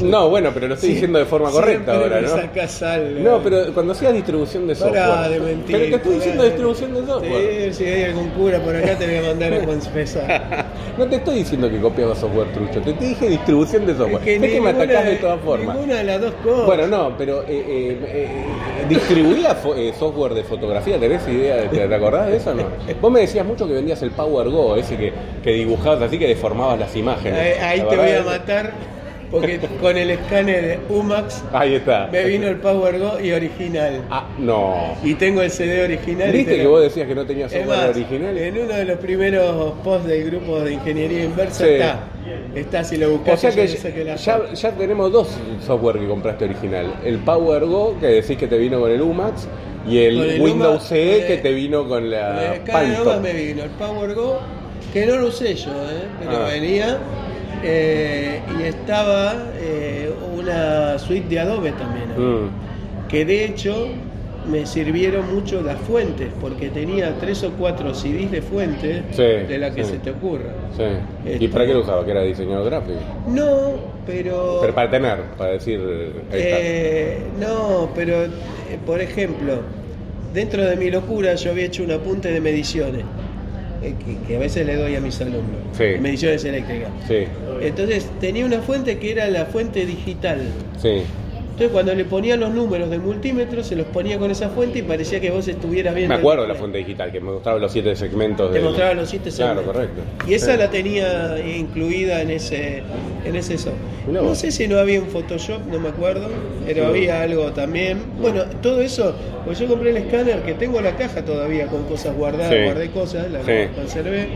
[SPEAKER 1] no, bueno, pero lo estoy diciendo de forma correcta ahora, ¿no?
[SPEAKER 2] Sacás algo.
[SPEAKER 1] No, pero cuando hacías distribución de software.
[SPEAKER 2] Pará eh. de mentir.
[SPEAKER 1] Pero te estoy diciendo
[SPEAKER 2] pará.
[SPEAKER 1] distribución de software.
[SPEAKER 2] Sí, si hay algún cura por acá te voy
[SPEAKER 1] <laughs>
[SPEAKER 2] a mandar a confesar.
[SPEAKER 1] No te estoy diciendo que copiaba software trucho, te, te dije distribución de software. Es que, me
[SPEAKER 2] ninguna
[SPEAKER 1] atacás de todas formas.
[SPEAKER 2] Ninguna de las dos cosas.
[SPEAKER 1] Bueno, no, pero eh, eh, eh, distribuía fo- eh, software de fotografía, ¿tenés idea? de- ¿Te, te acordás de eso o
[SPEAKER 2] <laughs>
[SPEAKER 1] no? Vos me decías mucho que vendías el Power Go, ese que, que dibujabas así que deformabas las imágenes.
[SPEAKER 2] Ahí, ahí
[SPEAKER 1] ¿La
[SPEAKER 2] te voy
[SPEAKER 1] verdad?
[SPEAKER 2] a matar porque con el escáner de UMAX
[SPEAKER 1] Ahí está.
[SPEAKER 2] me vino el Power Go y original.
[SPEAKER 1] Ah, no.
[SPEAKER 2] Y tengo el CD original. y te
[SPEAKER 1] ¿Viste
[SPEAKER 2] lo-
[SPEAKER 1] que vos decías que no tenías
[SPEAKER 2] Es
[SPEAKER 1] software
[SPEAKER 2] más,
[SPEAKER 1] original?
[SPEAKER 2] En uno de los primeros posts del grupo de ingeniería inversa
[SPEAKER 1] Sí.
[SPEAKER 2] está. Está si lo
[SPEAKER 1] O
[SPEAKER 2] buscas.
[SPEAKER 1] sea que ya, ya- ya tenemos dos software que compraste original. El Power Go, que decís que te vino con el UMAX, y el,
[SPEAKER 2] Con el
[SPEAKER 1] Windows
[SPEAKER 2] UMAX,
[SPEAKER 1] CE,
[SPEAKER 2] con
[SPEAKER 1] que
[SPEAKER 2] el-
[SPEAKER 1] te vino con la Palto.
[SPEAKER 2] Eh, me vino el Power Go, que no lo usé yo, eh, pero
[SPEAKER 1] Ah.
[SPEAKER 2] venía. eh, y estaba eh, una suite de Adobe también. ahí.
[SPEAKER 1] Mm.
[SPEAKER 2] que de hecho me sirvieron mucho las fuentes, porque tenía tres o cuatro CDs de fuente
[SPEAKER 1] Sí,
[SPEAKER 2] de la que
[SPEAKER 1] sí.
[SPEAKER 2] se te ocurra.
[SPEAKER 1] Sí. ¿Y
[SPEAKER 2] Este-
[SPEAKER 1] para qué lo usaba? Que era diseñador gráfico.
[SPEAKER 2] No, pero...
[SPEAKER 1] Pero para tener, para decir. ahí está.
[SPEAKER 2] eh, no, pero, eh, por ejemplo, dentro de mi locura yo había hecho un apunte de mediciones, eh, que, que a veces le doy a mis alumnos,
[SPEAKER 1] Sí.
[SPEAKER 2] mediciones eléctricas.
[SPEAKER 1] Sí,
[SPEAKER 2] Entonces tenía una fuente que era la fuente digital.
[SPEAKER 1] sí.
[SPEAKER 2] Entonces cuando le ponía los números del multímetro, se los ponía con esa fuente y parecía que vos estuvieras viendo...
[SPEAKER 1] Me
[SPEAKER 2] el
[SPEAKER 1] acuerdo de la
[SPEAKER 2] display.
[SPEAKER 1] fuente digital que me mostraba los siete segmentos.
[SPEAKER 2] Te
[SPEAKER 1] del-
[SPEAKER 2] mostraba los siete
[SPEAKER 1] Claro,
[SPEAKER 2] segmentos.
[SPEAKER 1] correcto.
[SPEAKER 2] Y esa
[SPEAKER 1] Sí.
[SPEAKER 2] la tenía incluida en ese, en ese software.
[SPEAKER 1] Mirá
[SPEAKER 2] No
[SPEAKER 1] vos.
[SPEAKER 2] sé si no había un Photoshop, no me acuerdo, pero
[SPEAKER 1] No.
[SPEAKER 2] había algo también. Bueno, todo eso, pues yo compré el escáner que tengo la caja todavía con cosas guardadas,
[SPEAKER 1] Sí.
[SPEAKER 2] guardé cosas, la
[SPEAKER 1] Sí.
[SPEAKER 2] conservé.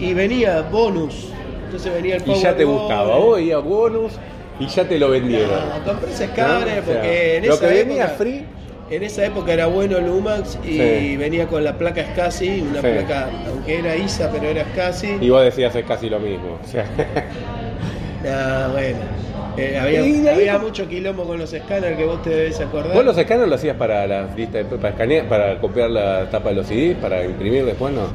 [SPEAKER 2] Y venía bonus. Entonces venía el
[SPEAKER 1] Y
[SPEAKER 2] Power
[SPEAKER 1] ya te
[SPEAKER 2] Go,
[SPEAKER 1] gustaba. Vos veías bonus y ya te lo vendieron.
[SPEAKER 2] No, compré ese
[SPEAKER 1] ¿no?
[SPEAKER 2] escáner
[SPEAKER 1] O sea,
[SPEAKER 2] porque en
[SPEAKER 1] lo
[SPEAKER 2] esa
[SPEAKER 1] que venía
[SPEAKER 2] época-
[SPEAKER 1] free.
[SPEAKER 2] en esa época era bueno el Umax y
[SPEAKER 1] Sí.
[SPEAKER 2] venía con la placa Scasi, una
[SPEAKER 1] Sí.
[SPEAKER 2] placa, aunque era ISA, pero era Scasi.
[SPEAKER 1] Y vos decías es casi lo mismo. O
[SPEAKER 2] <laughs>
[SPEAKER 1] sea,
[SPEAKER 2] Ah, bueno. Eh, había
[SPEAKER 1] Y de ahí-
[SPEAKER 2] había mucho quilombo con los escáneres que vos te debes acordar.
[SPEAKER 1] vos los escáneres lo hacías para las listas, de- para escanear, para copiar la tapa de los CDs, para imprimir después, no.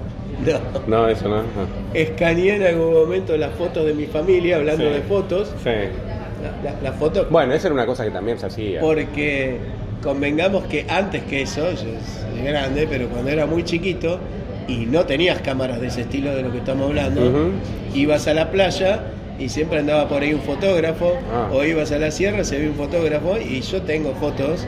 [SPEAKER 2] No.
[SPEAKER 1] No, eso no. no.
[SPEAKER 2] Escaneé en algún momento las fotos de mi familia, hablando
[SPEAKER 1] Sí.
[SPEAKER 2] de fotos.
[SPEAKER 1] Sí.
[SPEAKER 2] La- la- Las fotos.
[SPEAKER 1] Bueno, esa era una cosa que también se hacía.
[SPEAKER 2] Porque convengamos que antes que eso, yo soy grande, pero cuando era muy chiquito y no tenías cámaras de ese estilo de lo que estamos hablando,
[SPEAKER 1] Ujú.
[SPEAKER 2] ibas a la playa y siempre andaba por ahí un fotógrafo,
[SPEAKER 1] Ah.
[SPEAKER 2] o ibas a la sierra, se ve un fotógrafo y yo tengo fotos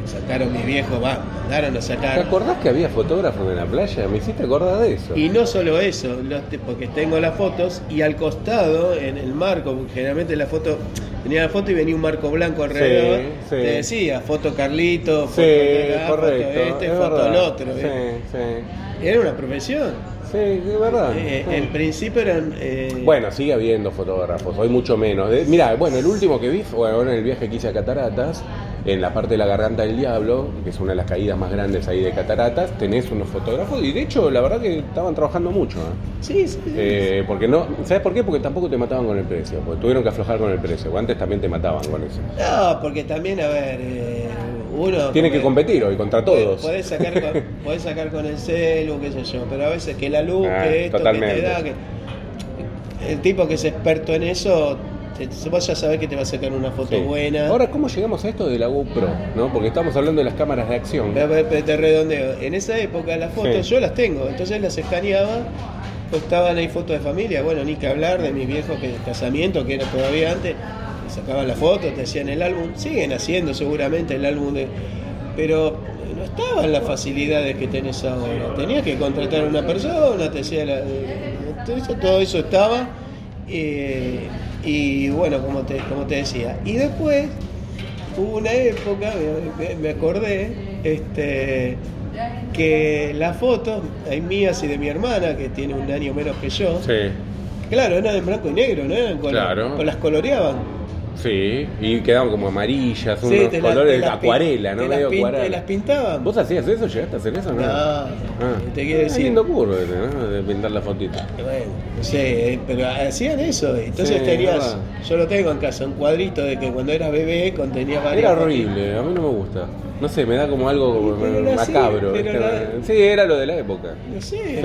[SPEAKER 2] que sacaron mis viejos, va, mandaron a
[SPEAKER 1] ¿Te
[SPEAKER 2] sacar.
[SPEAKER 1] acordás que había fotógrafos en la playa? Me hiciste acordar de eso.
[SPEAKER 2] Y no solo eso, los te- porque tengo las fotos y al costado, en el marco, porque generalmente la foto, venía la foto y venía un marco blanco alrededor,
[SPEAKER 1] sí.
[SPEAKER 2] te decía, foto Carlito,
[SPEAKER 1] Sí,
[SPEAKER 2] foto de acá,
[SPEAKER 1] correcto.
[SPEAKER 2] foto este,
[SPEAKER 1] es
[SPEAKER 2] foto
[SPEAKER 1] verdad.
[SPEAKER 2] el otro.
[SPEAKER 1] Sí,
[SPEAKER 2] ¿eh?
[SPEAKER 1] sí.
[SPEAKER 2] Era una profesión.
[SPEAKER 1] Sí, es verdad.
[SPEAKER 2] Eh,
[SPEAKER 1] Sí.
[SPEAKER 2] En principio eran... eh,
[SPEAKER 1] Ah. Bueno, sigue habiendo fotógrafos, hoy mucho menos. De- Mirá, bueno, el último que vi fue ahora en el viaje que hice a Cataratas, en la parte de la Garganta del Diablo, que es una de las caídas más grandes ahí de Cataratas, tenés unos fotógrafos y de hecho la verdad que estaban trabajando mucho. ¿eh?
[SPEAKER 2] Sí, sí, sí.
[SPEAKER 1] Eh, porque no, ¿Sabes por qué? Porque tampoco te mataban con el precio, porque tuvieron que aflojar con el precio, o antes también te mataban con eso.
[SPEAKER 2] No, porque también, a ver, eh, uno...
[SPEAKER 1] Tienen que competir hoy contra todos.
[SPEAKER 2] Podés sacar,
[SPEAKER 1] <laughs>
[SPEAKER 2] con, podés sacar con el celu, qué sé yo, pero a veces que la luz,
[SPEAKER 1] Ah,
[SPEAKER 2] que esto,
[SPEAKER 1] totalmente.
[SPEAKER 2] que te da, que... El tipo que es experto en eso, te- vos ya sabés que te va a sacar una foto
[SPEAKER 1] Sí.
[SPEAKER 2] buena.
[SPEAKER 1] Ahora, ¿cómo llegamos a esto de la GoPro? ¿No? Porque estamos hablando de las cámaras de acción.
[SPEAKER 2] Pero- pero- pero te redondeo. En esa época las fotos
[SPEAKER 1] Sí.
[SPEAKER 2] yo las tengo, entonces las escaneaba, costaban ahí fotos de familia, bueno, ni que hablar de mis viejos que casamiento, que era todavía antes, te sacaban las fotos, te hacían el álbum, siguen haciendo seguramente el álbum de... Pero no estaban las facilidades que tenés ahora, tenías que contratar a una persona, te hacía la... Todo eso, todo eso estaba, eh, y bueno, como te, como te decía, y después... Hubo una época, me- me, me acordé, este, que las fotos, hay mías y de mi hermana, que tiene un año menos que yo,
[SPEAKER 1] Sí,
[SPEAKER 2] claro, eran en blanco y negro, no eran en color,
[SPEAKER 1] Claro.
[SPEAKER 2] o las coloreaban.
[SPEAKER 1] sí. Y quedaban como amarillas, unos
[SPEAKER 2] te las-
[SPEAKER 1] colores
[SPEAKER 2] te las pin-
[SPEAKER 1] acuarela, ¿no?
[SPEAKER 2] Te las,
[SPEAKER 1] Medio
[SPEAKER 2] pin-
[SPEAKER 1] acuarela.
[SPEAKER 2] te las pintaban.
[SPEAKER 1] ¿Vos hacías eso? ¿Llegaste a hacer eso?
[SPEAKER 2] No, te quiero
[SPEAKER 1] Ah,
[SPEAKER 2] decir.
[SPEAKER 1] lindo curvo, ese, ¿no? De pintar la fotito.
[SPEAKER 2] Bueno, no sé, eh, pero hacían eso. y Entonces
[SPEAKER 1] Sí,
[SPEAKER 2] tenías,
[SPEAKER 1] verdad.
[SPEAKER 2] yo lo tengo en casa, un cuadrito de que cuando eras bebé contenía varias
[SPEAKER 1] Era
[SPEAKER 2] fotitos.
[SPEAKER 1] horrible, a mí no me gusta. No sé, me da como algo como
[SPEAKER 2] pero era así,
[SPEAKER 1] macabro.
[SPEAKER 2] pero
[SPEAKER 1] ¿viste?
[SPEAKER 2] la-
[SPEAKER 1] Sí, era lo de la época.
[SPEAKER 2] No sé,
[SPEAKER 1] Sí,
[SPEAKER 2] qué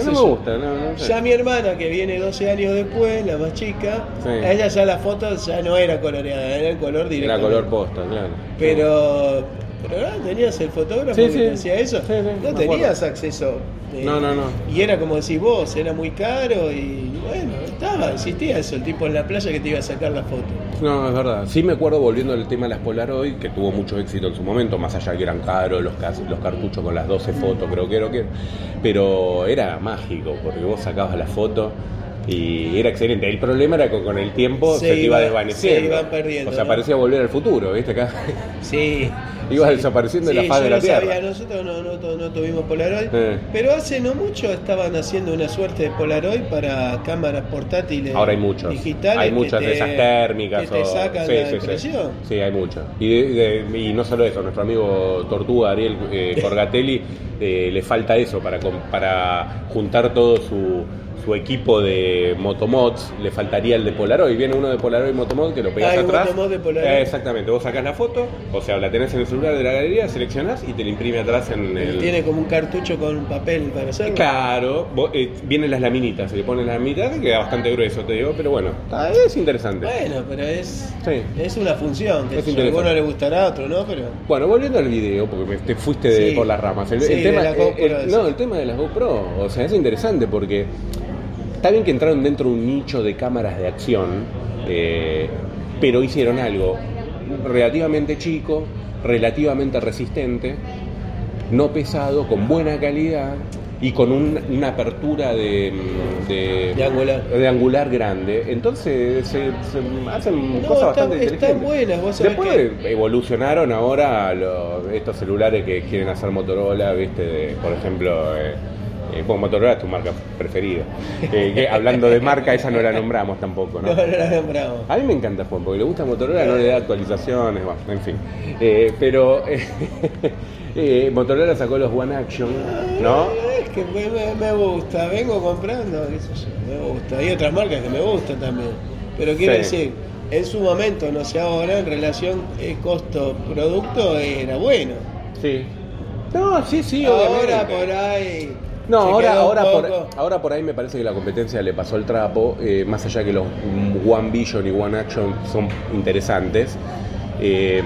[SPEAKER 2] sé
[SPEAKER 1] no me
[SPEAKER 2] yo.
[SPEAKER 1] gusta, no, no sé.
[SPEAKER 2] Ya mi hermana, que viene 12 años después, la más chica,
[SPEAKER 1] Sí.
[SPEAKER 2] a ella ya la foto ya no era coloreada, era el color directo.
[SPEAKER 1] Era color posta, claro.
[SPEAKER 2] Pero, pero no tenías el fotógrafo
[SPEAKER 1] Sí,
[SPEAKER 2] que
[SPEAKER 1] sí.
[SPEAKER 2] te hacía eso.
[SPEAKER 1] Sí, sí, me
[SPEAKER 2] no
[SPEAKER 1] acuerdo.
[SPEAKER 2] tenías acceso. eh,
[SPEAKER 1] No, no, no.
[SPEAKER 2] Y era como decís vos, era muy caro y bueno, estaba, existía eso, el tipo en la playa que te iba a sacar la foto.
[SPEAKER 1] No, es verdad. Sí me acuerdo, volviendo al tema de las Polaroid, que tuvo mucho éxito en su momento, más allá que eran caros los, cas- los cartuchos con las 12 fotos, creo que era. que- Pero era mágico, porque vos sacabas la foto y era excelente. El problema era que con el tiempo
[SPEAKER 2] Se
[SPEAKER 1] se, te iba,
[SPEAKER 2] iba-
[SPEAKER 1] desvaneciendo.
[SPEAKER 2] se iba perdiendo,
[SPEAKER 1] O sea,
[SPEAKER 2] ¿no?
[SPEAKER 1] parecía volver al futuro, ¿viste? Acá.
[SPEAKER 2] Sí.
[SPEAKER 1] Ibas desapareciendo de la faz
[SPEAKER 2] yo
[SPEAKER 1] de la
[SPEAKER 2] no
[SPEAKER 1] Tierra.
[SPEAKER 2] sabía, nosotros no, no, to- no tuvimos Polaroid,
[SPEAKER 1] Eh.
[SPEAKER 2] pero hace no mucho estaban haciendo una suerte de Polaroid para cámaras portátiles
[SPEAKER 1] Ahora hay muchos.
[SPEAKER 2] digitales.
[SPEAKER 1] hay muchas
[SPEAKER 2] que
[SPEAKER 1] de
[SPEAKER 2] te-
[SPEAKER 1] esas térmicas.
[SPEAKER 2] Que te
[SPEAKER 1] o-
[SPEAKER 2] sacan
[SPEAKER 1] sí,
[SPEAKER 2] la
[SPEAKER 1] sí, sí,
[SPEAKER 2] impresión.
[SPEAKER 1] Sí, hay muchas. Y, de- de- y no solo eso, nuestro amigo Tortuga, Ariel
[SPEAKER 2] <laughs>
[SPEAKER 1] eh, Corgatelli, eh, le falta eso para, com- para juntar todo su, su equipo de motomods. Le faltaría el de Polaroid. Viene uno de Polaroid Motomod que lo pegas
[SPEAKER 2] Hay un
[SPEAKER 1] atrás.
[SPEAKER 2] motomod Ah, de Polaroid.
[SPEAKER 1] Eh, exactamente. Vos sacás la foto, o sea, la tenés en el celular de la galería, seleccionás y te la imprime atrás en el.
[SPEAKER 2] Tiene como un cartucho con papel para hacerlo.
[SPEAKER 1] Claro, vos- eh, vienen las laminitas, se le ponen las laminitas, queda bastante grueso, te digo, pero bueno, está- es interesante.
[SPEAKER 2] Bueno, pero es,
[SPEAKER 1] Sí.
[SPEAKER 2] es una función. Que
[SPEAKER 1] Es
[SPEAKER 2] a alguno
[SPEAKER 1] interesante.
[SPEAKER 2] le gustará, a otro no, pero.
[SPEAKER 1] Bueno, volviendo al video, porque me- te fuiste de-
[SPEAKER 2] Sí.
[SPEAKER 1] por las ramas. El,
[SPEAKER 2] Sí,
[SPEAKER 1] el tema,
[SPEAKER 2] de la
[SPEAKER 1] eh,
[SPEAKER 2] GoPro,
[SPEAKER 1] eh,
[SPEAKER 2] sí.
[SPEAKER 1] no, el tema de las GoPro, o sea, es interesante porque está bien que entraron dentro de un nicho de cámaras de acción, eh, pero hicieron algo relativamente chico, relativamente resistente, no pesado, con buena calidad y con un- una apertura de, mm, de,
[SPEAKER 2] De angular.
[SPEAKER 1] de angular grande. Entonces se, se hacen
[SPEAKER 2] No,
[SPEAKER 1] cosas
[SPEAKER 2] está-
[SPEAKER 1] bastante
[SPEAKER 2] están
[SPEAKER 1] interesantes.
[SPEAKER 2] buenas, vos sabés
[SPEAKER 1] Después
[SPEAKER 2] que-
[SPEAKER 1] evolucionaron ahora a los- estos celulares que quieren hacer Motorola, viste, de, por ejemplo, eh, eh, bueno, Motorola es tu marca preferida. Eh, que hablando de marca, esa no la nombramos tampoco, ¿no?
[SPEAKER 2] <laughs> No, no la nombramos.
[SPEAKER 1] A mí me encanta Juan, porque le gusta Motorola, no le da actualizaciones, bueno, en fin. Eh, pero <laughs> eh, eh, Motorola sacó los One Action, ¿no?
[SPEAKER 2] Es que me, me- me gusta, vengo comprando, qué sé yo, me gusta. Hay otras marcas que me gustan también. Pero quiero
[SPEAKER 1] Sí.
[SPEAKER 2] decir, en su momento, no sé ahora, en relación eh, costo-producto era bueno.
[SPEAKER 1] Sí. No, sí, sí,
[SPEAKER 2] ahora
[SPEAKER 1] obviamente.
[SPEAKER 2] por ahí.
[SPEAKER 1] No,
[SPEAKER 2] se
[SPEAKER 1] ahora,
[SPEAKER 2] quedó un
[SPEAKER 1] ahora, por,
[SPEAKER 2] poco.
[SPEAKER 1] ahora por ahí me parece que la competencia le pasó el trapo, eh, más allá que los mm, One Vision y One Action son interesantes. eh,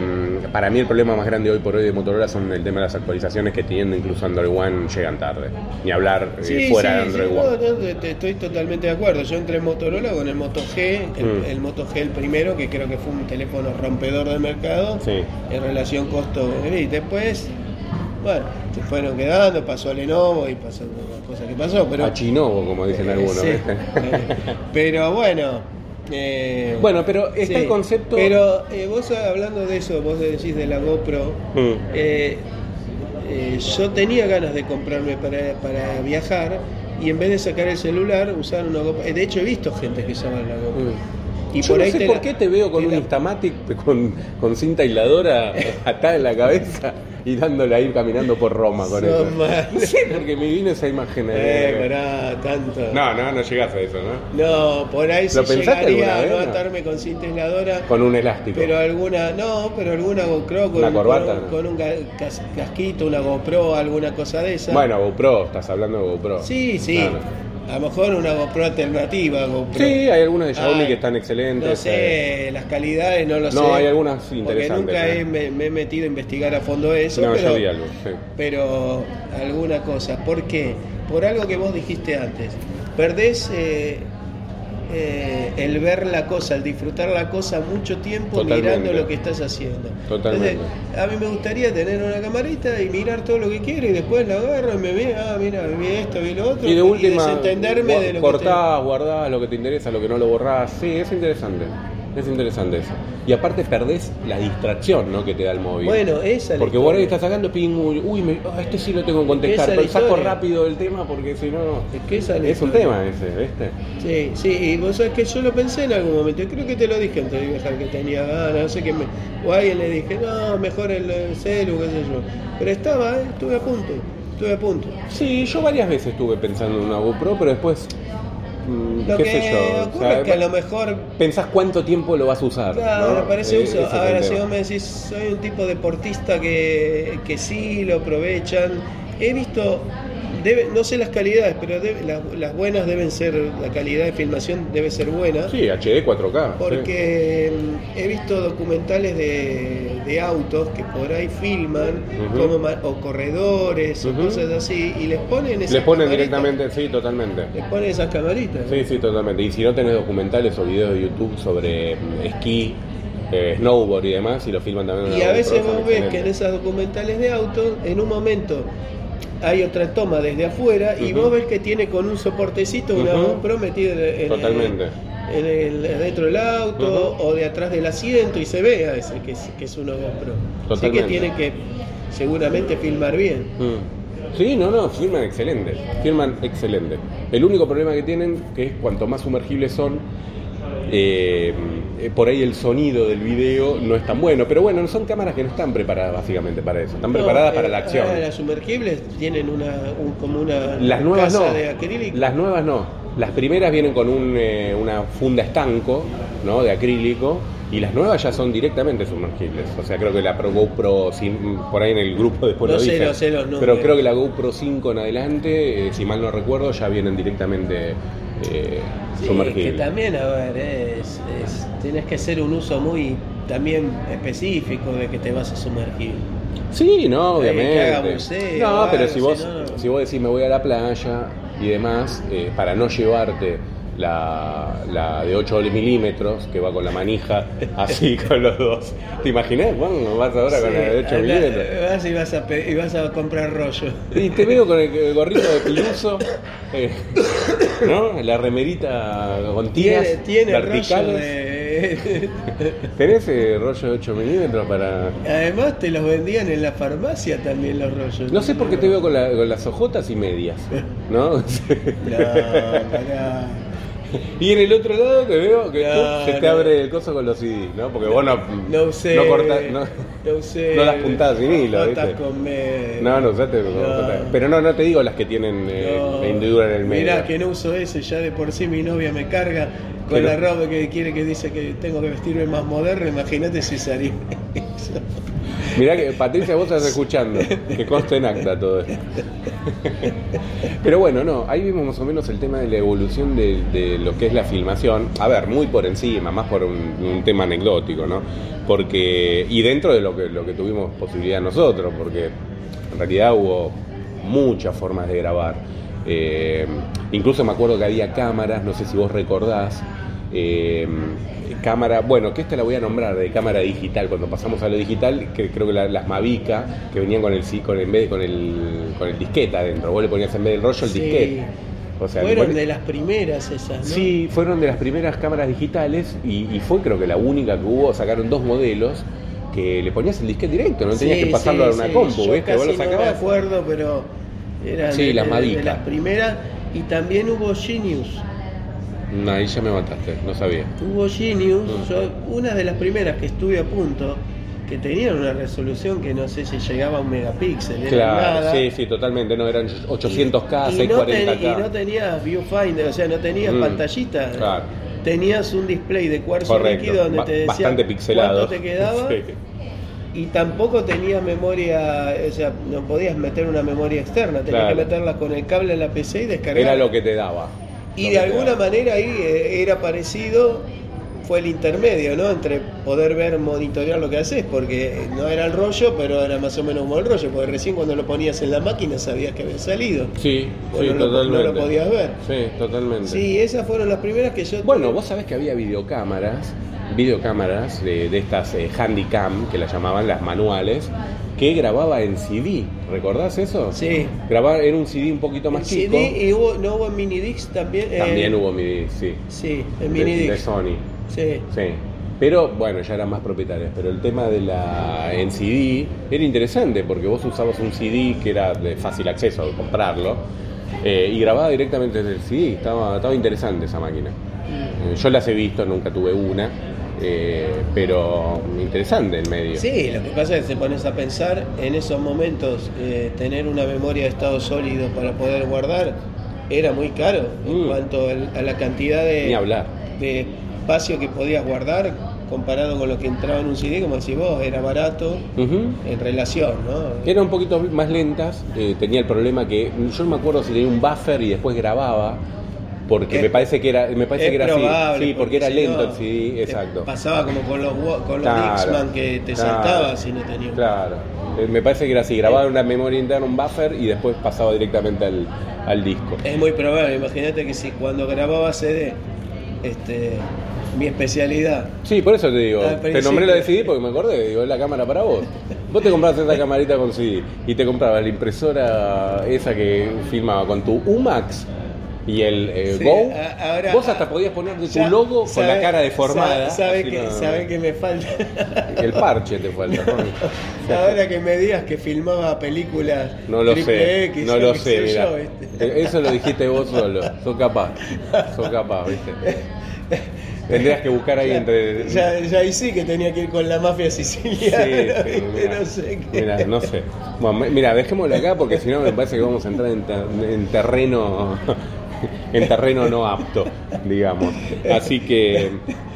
[SPEAKER 1] para mí el problema más grande hoy por hoy de Motorola son el tema de las actualizaciones que teniendo incluso Android One llegan tarde. Ni hablar eh,
[SPEAKER 2] Sí,
[SPEAKER 1] fuera
[SPEAKER 2] sí,
[SPEAKER 1] de Android
[SPEAKER 2] sí,
[SPEAKER 1] One.
[SPEAKER 2] no, no, te- te- estoy totalmente de acuerdo. Yo entré en Motorola con el Moto G, el,
[SPEAKER 1] Mm.
[SPEAKER 2] el Moto G el primero, que creo que fue un teléfono rompedor de mercado
[SPEAKER 1] Sí.
[SPEAKER 2] en relación costo. Y después, bueno, se fueron quedando, pasó a Lenovo y pasó las cosas que pasó, pero.
[SPEAKER 1] A Chinovo, como dicen
[SPEAKER 2] Eh,
[SPEAKER 1] algunos.
[SPEAKER 2] sí.
[SPEAKER 1] ¿viste? <laughs>
[SPEAKER 2] Eh, pero bueno. eh,
[SPEAKER 1] Bueno, pero está el concepto-
[SPEAKER 2] Pero eh, vos hablando de eso, vos decís de la GoPro.
[SPEAKER 1] Mm.
[SPEAKER 2] Eh, eh, yo tenía ganas de comprarme para, para viajar y en vez de sacar el celular usar una GoPro. Eh, De hecho he visto gente que llama la GoPro.
[SPEAKER 1] Y
[SPEAKER 2] Y
[SPEAKER 1] Yo
[SPEAKER 2] por
[SPEAKER 1] no
[SPEAKER 2] ahí
[SPEAKER 1] sé
[SPEAKER 2] te
[SPEAKER 1] por
[SPEAKER 2] la-
[SPEAKER 1] qué te veo con
[SPEAKER 2] te
[SPEAKER 1] un
[SPEAKER 2] la-
[SPEAKER 1] Instamatic con, con cinta
[SPEAKER 2] <laughs>
[SPEAKER 1] aisladora atada en la cabeza y dándole a ir caminando por Roma con
[SPEAKER 2] Sos
[SPEAKER 1] eso.
[SPEAKER 2] mal.
[SPEAKER 1] No sé, porque me vino esa imagen. <laughs>
[SPEAKER 2] Eh,
[SPEAKER 1] eh.
[SPEAKER 2] <laughs> pará, tanto.
[SPEAKER 1] No, no, no llegás a eso, ¿no?
[SPEAKER 2] No, por ahí sí
[SPEAKER 1] ¿Lo pensaste alguna
[SPEAKER 2] llegaría a
[SPEAKER 1] vez,
[SPEAKER 2] no
[SPEAKER 1] no?
[SPEAKER 2] atarme con cinta aisladora,
[SPEAKER 1] Con un elástico.
[SPEAKER 2] pero alguna, no, pero alguna GoPro con,
[SPEAKER 1] Una
[SPEAKER 2] un-
[SPEAKER 1] corbata,
[SPEAKER 2] con un,
[SPEAKER 1] ¿no?
[SPEAKER 2] con un ga- cas- casquito, una GoPro, alguna cosa de esa.
[SPEAKER 1] Bueno, GoPro, estás hablando de GoPro.
[SPEAKER 2] Sí, sí.
[SPEAKER 1] Claro.
[SPEAKER 2] A lo mejor una GoPro alternativa, GoPro.
[SPEAKER 1] Sí, hay algunas de Xiaomi
[SPEAKER 2] Ay,
[SPEAKER 1] que están excelentes. eh.
[SPEAKER 2] No sé, las calidades no lo sé.
[SPEAKER 1] No, hay algunas interesantes,
[SPEAKER 2] Porque nunca
[SPEAKER 1] ¿eh?
[SPEAKER 2] he- me, me he metido a investigar a fondo eso.
[SPEAKER 1] No,
[SPEAKER 2] pero,
[SPEAKER 1] yo vi algo, sí.
[SPEAKER 2] pero alguna cosa. ¿Por qué? Por algo que vos dijiste antes. Perdés eh, eh, el ver la cosa, el disfrutar la cosa mucho tiempo
[SPEAKER 1] Totalmente.
[SPEAKER 2] mirando lo que estás haciendo.
[SPEAKER 1] Totalmente.
[SPEAKER 2] Entonces, a mí me gustaría tener una camarita y mirar todo lo que quiero y después la agarro y me veo, ah, mira, vi esto, vi lo otro.
[SPEAKER 1] Y de última,
[SPEAKER 2] desentenderme
[SPEAKER 1] gua-
[SPEAKER 2] de lo que
[SPEAKER 1] cortás, guardás lo que te interesa, lo que no lo borrás. Sí, es interesante. Es interesante eso. Y aparte perdés la distracción ¿no? que te da el móvil.
[SPEAKER 2] Bueno, esa es la
[SPEAKER 1] Porque vos ahí
[SPEAKER 2] historia.
[SPEAKER 1] estás sacando ping, uy, uy, me- ah, este sí lo tengo que contestar,
[SPEAKER 2] Esa es la
[SPEAKER 1] pero saco
[SPEAKER 2] historia.
[SPEAKER 1] rápido el tema porque si no...
[SPEAKER 2] Es que esa es la
[SPEAKER 1] Es un
[SPEAKER 2] historia.
[SPEAKER 1] tema eh. ese, ¿viste?
[SPEAKER 2] Sí, sí, y vos sabés que yo lo pensé en algún momento, y creo que te lo dije antes de viajar, que tenía ganas, no sé qué, me, o a alguien le dije, no, mejor el, el celu, qué sé yo. Pero estaba, eh, estuve a punto, estuve a punto.
[SPEAKER 1] Sí, yo varias veces estuve pensando en una GoPro, pero después... mm,
[SPEAKER 2] Lo
[SPEAKER 1] ¿Qué
[SPEAKER 2] que
[SPEAKER 1] sé yo? o
[SPEAKER 2] ocurre
[SPEAKER 1] sea,
[SPEAKER 2] es que a lo mejor,
[SPEAKER 1] Pensás cuánto tiempo lo vas a usar.
[SPEAKER 2] claro,
[SPEAKER 1] ¿no?
[SPEAKER 2] me parece
[SPEAKER 1] Eh,
[SPEAKER 2] uso.
[SPEAKER 1] ese es el
[SPEAKER 2] Ahora, si
[SPEAKER 1] tema.
[SPEAKER 2] vos me decís, soy un tipo deportista que, que sí lo aprovechan, he visto, debe, no sé las calidades, pero debe- las, las buenas deben ser, la calidad de filmación debe ser buena.
[SPEAKER 1] Sí, HD 4K. sí.
[SPEAKER 2] Porque mm, he visto documentales de, de autos que por ahí filman,
[SPEAKER 1] Ujú.
[SPEAKER 2] como ma- o corredores,
[SPEAKER 1] Ujú.
[SPEAKER 2] o cosas así, y les ponen esas
[SPEAKER 1] Les ponen
[SPEAKER 2] camaritas.
[SPEAKER 1] directamente, sí, totalmente.
[SPEAKER 2] Les ponen esas camaritas.
[SPEAKER 1] Sí, sí, totalmente. Y si no tenés documentales o videos de YouTube sobre mm, esquí, eh, snowboard y demás, y lo filman también. en
[SPEAKER 2] Y
[SPEAKER 1] la
[SPEAKER 2] a veces
[SPEAKER 1] GoPro,
[SPEAKER 2] vos
[SPEAKER 1] son
[SPEAKER 2] ves que en
[SPEAKER 1] excelentes.
[SPEAKER 2] esas documentales de autos, en un momento hay otra toma desde afuera y
[SPEAKER 1] Ujú.
[SPEAKER 2] vos ves que tiene con un soportecito una
[SPEAKER 1] Ujú.
[SPEAKER 2] GoPro metida en, el- en el-
[SPEAKER 1] Totalmente.
[SPEAKER 2] en el- dentro del auto o de atrás del asiento y se ve a ese que es, que es una GoPro. Así que
[SPEAKER 1] Totalmente.
[SPEAKER 2] tiene que seguramente filmar bien.
[SPEAKER 1] Mm. Sí, no, no, firman excelente. Firman excelente. El único problema que tienen que es cuanto más sumergibles son, eh, eh, por ahí el sonido del video no es tan bueno. Pero bueno, son cámaras que no están preparadas básicamente para eso. Están
[SPEAKER 2] No,
[SPEAKER 1] preparadas
[SPEAKER 2] eh,
[SPEAKER 1] para la acción.
[SPEAKER 2] ahora las sumergibles tienen una, un- como una
[SPEAKER 1] Las nuevas
[SPEAKER 2] casa
[SPEAKER 1] no.
[SPEAKER 2] de acrílico.
[SPEAKER 1] Las nuevas no. Las primeras vienen con un, eh, una funda estanco, ¿no? De acrílico. Y las nuevas ya son directamente sumergibles. O sea, creo que la Pro GoPro, cin- por ahí en el grupo después
[SPEAKER 2] No
[SPEAKER 1] lo
[SPEAKER 2] sé,
[SPEAKER 1] dicen.
[SPEAKER 2] no sé los
[SPEAKER 1] Pero
[SPEAKER 2] números.
[SPEAKER 1] creo que la GoPro 5 en adelante, eh, si mal no recuerdo, ya vienen directamente eh,
[SPEAKER 2] Sí, que
[SPEAKER 1] sumergibles.
[SPEAKER 2] también, a ver, es, es- tenés que hacer un uso muy también específico de que te vas a sumergir.
[SPEAKER 1] Sí, no,
[SPEAKER 2] Eh,
[SPEAKER 1] obviamente.
[SPEAKER 2] que haga buceo,
[SPEAKER 1] no,
[SPEAKER 2] algo,
[SPEAKER 1] pero si
[SPEAKER 2] si
[SPEAKER 1] vos,
[SPEAKER 2] no-
[SPEAKER 1] si vos decís me voy a la playa y demás, eh, para no llevarte la, la de 8 milímetros que va con la
[SPEAKER 2] <laughs>
[SPEAKER 1] manija así con los dos. ¿Te imaginas? Bueno, vas ahora con la de 8
[SPEAKER 2] Sí,
[SPEAKER 1] milímetros.
[SPEAKER 2] anda, vas y vas a, pe- y vas a comprar rollo.
[SPEAKER 1] Y te veo con el, el gorrito de piluso, eh, ¿no? La remerita con
[SPEAKER 2] Tiene,
[SPEAKER 1] tiras
[SPEAKER 2] tiene rollo
[SPEAKER 1] verticales.
[SPEAKER 2] de... <laughs>
[SPEAKER 1] ¿Tenés eh, rollo de 8 milímetros para...?
[SPEAKER 2] Además te los vendían en la farmacia también los rollos.
[SPEAKER 1] No sé por qué te veo con, la- con las ojotas y medias,
[SPEAKER 2] <laughs>
[SPEAKER 1] ¿no?
[SPEAKER 2] No, pará.
[SPEAKER 1] Y en el otro lado te veo que
[SPEAKER 2] No,
[SPEAKER 1] tú se te
[SPEAKER 2] no.
[SPEAKER 1] abre el coso con los CDs, ¿no? Porque vos no,
[SPEAKER 2] No usé. Eh.
[SPEAKER 1] no cortás, no,
[SPEAKER 2] no usé.
[SPEAKER 1] no las puntás sin hilo,
[SPEAKER 2] No
[SPEAKER 1] ¿viste?
[SPEAKER 2] estás con me-
[SPEAKER 1] no, no usaste.
[SPEAKER 2] No.
[SPEAKER 1] Pero no, no te digo las que tienen eh,
[SPEAKER 2] No.
[SPEAKER 1] la hendidura en el medio.
[SPEAKER 2] Mirá que no uso ese, ya de por sí mi novia me carga con
[SPEAKER 1] Pero-
[SPEAKER 2] la ropa que quiere que dice que tengo que vestirme más moderno, imagínate si usaría eso.
[SPEAKER 1] Mirá que, Patricia, vos estás escuchando, que conste en acta todo esto. Pero bueno, no, ahí vimos más o menos el tema de la evolución de, de lo que es la filmación. A ver, muy por encima, más por un, un tema anecdótico, ¿no? Porque, y dentro de lo que, lo que tuvimos posibilidad nosotros, porque en realidad hubo muchas formas de grabar. Eh, incluso me acuerdo que había cámaras, no sé si vos recordás. eh, cámara, bueno, que esta la voy a nombrar de cámara digital, cuando pasamos a lo digital, que creo que la- las Mavica, que venían con el sí- con en vez de con el con el disquete adentro, vos le ponías en vez del rollo el
[SPEAKER 2] Sí.
[SPEAKER 1] disquete. <laughs> O sea, le
[SPEAKER 2] Fueron
[SPEAKER 1] ponías-
[SPEAKER 2] de las primeras esas, ¿no?
[SPEAKER 1] Sí, fueron de las primeras cámaras digitales y, y fue creo que la única que hubo, sacaron dos modelos que le ponías el disquete directo, no tenías
[SPEAKER 2] Sí,
[SPEAKER 1] que pasarlo
[SPEAKER 2] sí,
[SPEAKER 1] a una
[SPEAKER 2] sí.
[SPEAKER 1] compu,
[SPEAKER 2] Yo
[SPEAKER 1] ¿viste? Vos lo
[SPEAKER 2] casi no me
[SPEAKER 1] sacabas.
[SPEAKER 2] acuerdo, pero eran
[SPEAKER 1] Sí,
[SPEAKER 2] de,
[SPEAKER 1] las
[SPEAKER 2] de-
[SPEAKER 1] Mavica.
[SPEAKER 2] de las primeras. Y también hubo Genius.
[SPEAKER 1] No, ahí ya me mataste, no sabía.
[SPEAKER 2] Hubo Genius,
[SPEAKER 1] Mm.
[SPEAKER 2] yo- una de las primeras que estuve a punto, que tenían una resolución que no sé si llegaba a un megapíxel, era
[SPEAKER 1] Claro,
[SPEAKER 2] nada.
[SPEAKER 1] sí, sí, totalmente, no, eran 800K,
[SPEAKER 2] Y- y no ten-
[SPEAKER 1] 640K.
[SPEAKER 2] y no tenías viewfinder, o sea, no tenías
[SPEAKER 1] Mm,
[SPEAKER 2] pantallita.
[SPEAKER 1] claro.
[SPEAKER 2] Tenías un display de cuarzo
[SPEAKER 1] Correcto,
[SPEAKER 2] líquido donde
[SPEAKER 1] ba-
[SPEAKER 2] te decía
[SPEAKER 1] bastante pixelado.
[SPEAKER 2] cuánto te
[SPEAKER 1] <laughs>
[SPEAKER 2] quedaba
[SPEAKER 1] Sí.
[SPEAKER 2] y tampoco tenías memoria, o sea, no podías meter una memoria externa, tenías
[SPEAKER 1] Claro.
[SPEAKER 2] que meterla con el cable a la PC y descargar.
[SPEAKER 1] Era lo que te daba.
[SPEAKER 2] Y
[SPEAKER 1] Lo
[SPEAKER 2] de
[SPEAKER 1] que te
[SPEAKER 2] alguna
[SPEAKER 1] daba.
[SPEAKER 2] manera ahí eh, era parecido, fue el intermedio, ¿no? Entre poder ver, monitorear lo que haces, porque no era el rollo, pero era más o menos como el rollo, porque recién cuando lo ponías en la máquina sabías que había salido.
[SPEAKER 1] Sí,
[SPEAKER 2] Vos
[SPEAKER 1] sí,
[SPEAKER 2] no, lo, no
[SPEAKER 1] totalmente.
[SPEAKER 2] lo podías ver.
[SPEAKER 1] Sí, totalmente.
[SPEAKER 2] Sí, esas fueron las primeras que yo...
[SPEAKER 1] Bueno, vos sabés que había videocámaras, videocámaras de, de estas eh, Handycam, que las llamaban las manuales, que grababa en CD. ¿Recordás eso?
[SPEAKER 2] Sí.
[SPEAKER 1] Grababa en un CD un poquito más
[SPEAKER 2] CD
[SPEAKER 1] chico.
[SPEAKER 2] y hubo, no hubo en minidisc también. eh,
[SPEAKER 1] También hubo MIDI, sí.
[SPEAKER 2] Sí, en
[SPEAKER 1] De, de
[SPEAKER 2] minidisc.
[SPEAKER 1] Sony.
[SPEAKER 2] Sí.
[SPEAKER 1] Sí. Pero bueno, ya eran más propietarias. Pero el tema de la en CD era interesante porque vos usabas un CD que era de fácil acceso, de comprarlo, eh, y grababa directamente desde el CD. Estaba, estaba interesante esa máquina. Eh, Yo las he visto, nunca tuve una, eh, pero interesante el medio.
[SPEAKER 2] Sí, lo que pasa es que te pones a pensar en esos momentos, eh, tener una memoria de estado sólido para poder guardar era muy caro en
[SPEAKER 1] Mm.
[SPEAKER 2] cuanto al- a la cantidad de,
[SPEAKER 1] Ni hablar.
[SPEAKER 2] de espacio que podías guardar comparado con lo que entraba en un CD, como decís vos, era barato
[SPEAKER 1] Ujú.
[SPEAKER 2] en relación, ¿no?
[SPEAKER 1] Eran un poquito más lentas, eh, tenía el problema que yo no me acuerdo si tenía un buffer y después grababa, porque
[SPEAKER 2] Es-
[SPEAKER 1] me parece que era, me parece
[SPEAKER 2] Es
[SPEAKER 1] que era así,
[SPEAKER 2] probable,
[SPEAKER 1] sí, porque era
[SPEAKER 2] si
[SPEAKER 1] lento
[SPEAKER 2] no,
[SPEAKER 1] el CD,
[SPEAKER 2] te
[SPEAKER 1] exacto.
[SPEAKER 2] Pasaba como con los, wa- con los
[SPEAKER 1] Claro,
[SPEAKER 2] Discman que te
[SPEAKER 1] claro,
[SPEAKER 2] saltabas y no tenías.
[SPEAKER 1] Claro, Eh, me parece que era así, grababa en una memoria interna, un buffer y después pasaba directamente al, al disco.
[SPEAKER 2] Es muy probable, imagínate que si cuando grababa CD, este, mi especialidad
[SPEAKER 1] Sí, por eso te digo,
[SPEAKER 2] Al
[SPEAKER 1] te
[SPEAKER 2] principio.
[SPEAKER 1] nombré la de CD porque me acordé, digo, es la cámara para vos. Vos te comprabas
[SPEAKER 2] <laughs>
[SPEAKER 1] esa camarita con CD y te comprabas la impresora esa que filmaba con tu UMAX y el eh,
[SPEAKER 2] Sí,
[SPEAKER 1] Go.
[SPEAKER 2] a- ahora-
[SPEAKER 1] vos hasta podías poner de tu
[SPEAKER 2] Ya,
[SPEAKER 1] logo con la
[SPEAKER 2] sabe-
[SPEAKER 1] cara deformada.
[SPEAKER 2] Sabe, sabe
[SPEAKER 1] así
[SPEAKER 2] que,
[SPEAKER 1] no-
[SPEAKER 2] sabe que
[SPEAKER 1] <laughs>
[SPEAKER 2] me falta. <laughs>
[SPEAKER 1] El parche te falta.
[SPEAKER 2] Ahora que me digas que filmaba películas
[SPEAKER 1] No lo
[SPEAKER 2] triple
[SPEAKER 1] sé,
[SPEAKER 2] X,
[SPEAKER 1] no
[SPEAKER 2] yo
[SPEAKER 1] lo
[SPEAKER 2] qué
[SPEAKER 1] sé, mirá.
[SPEAKER 2] yo, este.
[SPEAKER 1] Eh, Eso lo dijiste vos solo, sos capaz, sos capaz,
[SPEAKER 2] <laughs>
[SPEAKER 1] viste. Tendrías que buscar ahí entre...
[SPEAKER 2] Ya, ya ahí sí que tenía que ir con la mafia <laughs> siciliana.
[SPEAKER 1] Sí, sí,
[SPEAKER 2] ¿viste?
[SPEAKER 1] mirá.
[SPEAKER 2] no sé qué.
[SPEAKER 1] Mirá, no sé. Bueno, me- mira, dejémoslo acá porque si no me parece que vamos a entrar en, ter- en terreno <laughs> en terreno no apto, digamos. Así que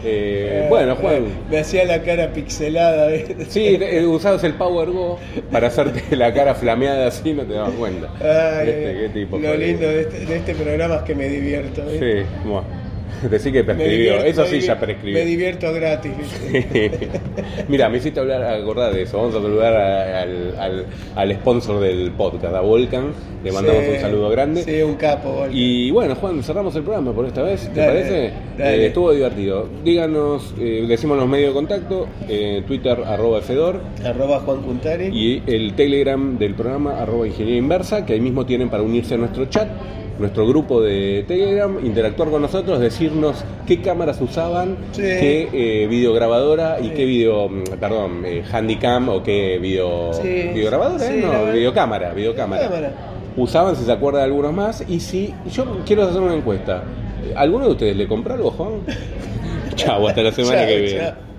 [SPEAKER 1] eh, bueno, Juan.
[SPEAKER 2] Me hacía la cara pixelada.
[SPEAKER 1] <laughs>
[SPEAKER 2] ¿viste?
[SPEAKER 1] Sí, eh, usabas el Power Go para hacerte la cara flameada así, no te das cuenta.
[SPEAKER 2] Ay,
[SPEAKER 1] Este, qué tipo,
[SPEAKER 2] lo
[SPEAKER 1] joder.
[SPEAKER 2] lindo de este, de este programa es que me divierto. ¿viste?
[SPEAKER 1] Sí, bueno. Decí que
[SPEAKER 2] Me
[SPEAKER 1] prescribió.
[SPEAKER 2] divierto,
[SPEAKER 1] Eso
[SPEAKER 2] me
[SPEAKER 1] sí
[SPEAKER 2] divi-
[SPEAKER 1] ya
[SPEAKER 2] Me
[SPEAKER 1] prescribió.
[SPEAKER 2] divierto gratis. ¿viste?
[SPEAKER 1] <laughs> Mira, me hiciste hablar, acordar de eso. Vamos a saludar a- al, al- al sponsor del podcast, a Volcan. Le mandamos
[SPEAKER 2] Sí,
[SPEAKER 1] un saludo grande.
[SPEAKER 2] Sí, un capo, Volcan.
[SPEAKER 1] Y bueno, Juan, cerramos el programa por esta vez, ¿te
[SPEAKER 2] Dale,
[SPEAKER 1] parece?
[SPEAKER 2] dale.
[SPEAKER 1] Eh, estuvo divertido. Díganos, eh, decimos los medios de contacto, eh, Twitter arroba Fedor
[SPEAKER 2] Arroba Juan Cuntari.
[SPEAKER 1] y el Telegram del programa arroba Ingeniería Inversa, que ahí mismo tienen para unirse a nuestro chat, nuestro grupo de Telegram, interactuar con nosotros, decirnos qué cámaras usaban,
[SPEAKER 2] Sí.
[SPEAKER 1] qué eh, videograbadora y
[SPEAKER 2] Sí.
[SPEAKER 1] qué video, mm, perdón, eh, handicam o qué video,
[SPEAKER 2] Sí.
[SPEAKER 1] videograbadora,
[SPEAKER 2] Sí,
[SPEAKER 1] eh? no,
[SPEAKER 2] grabadora.
[SPEAKER 1] videocámara, videocámara.
[SPEAKER 2] Cámara.
[SPEAKER 1] Usaban, si se acuerda de algunos más, y si yo quiero
[SPEAKER 2] <laughs>
[SPEAKER 1] hacer una encuesta. ¿Alguno de ustedes le compró algo, Juan? chau, hasta la semana
[SPEAKER 2] Chao,
[SPEAKER 1] que viene.
[SPEAKER 2] chao.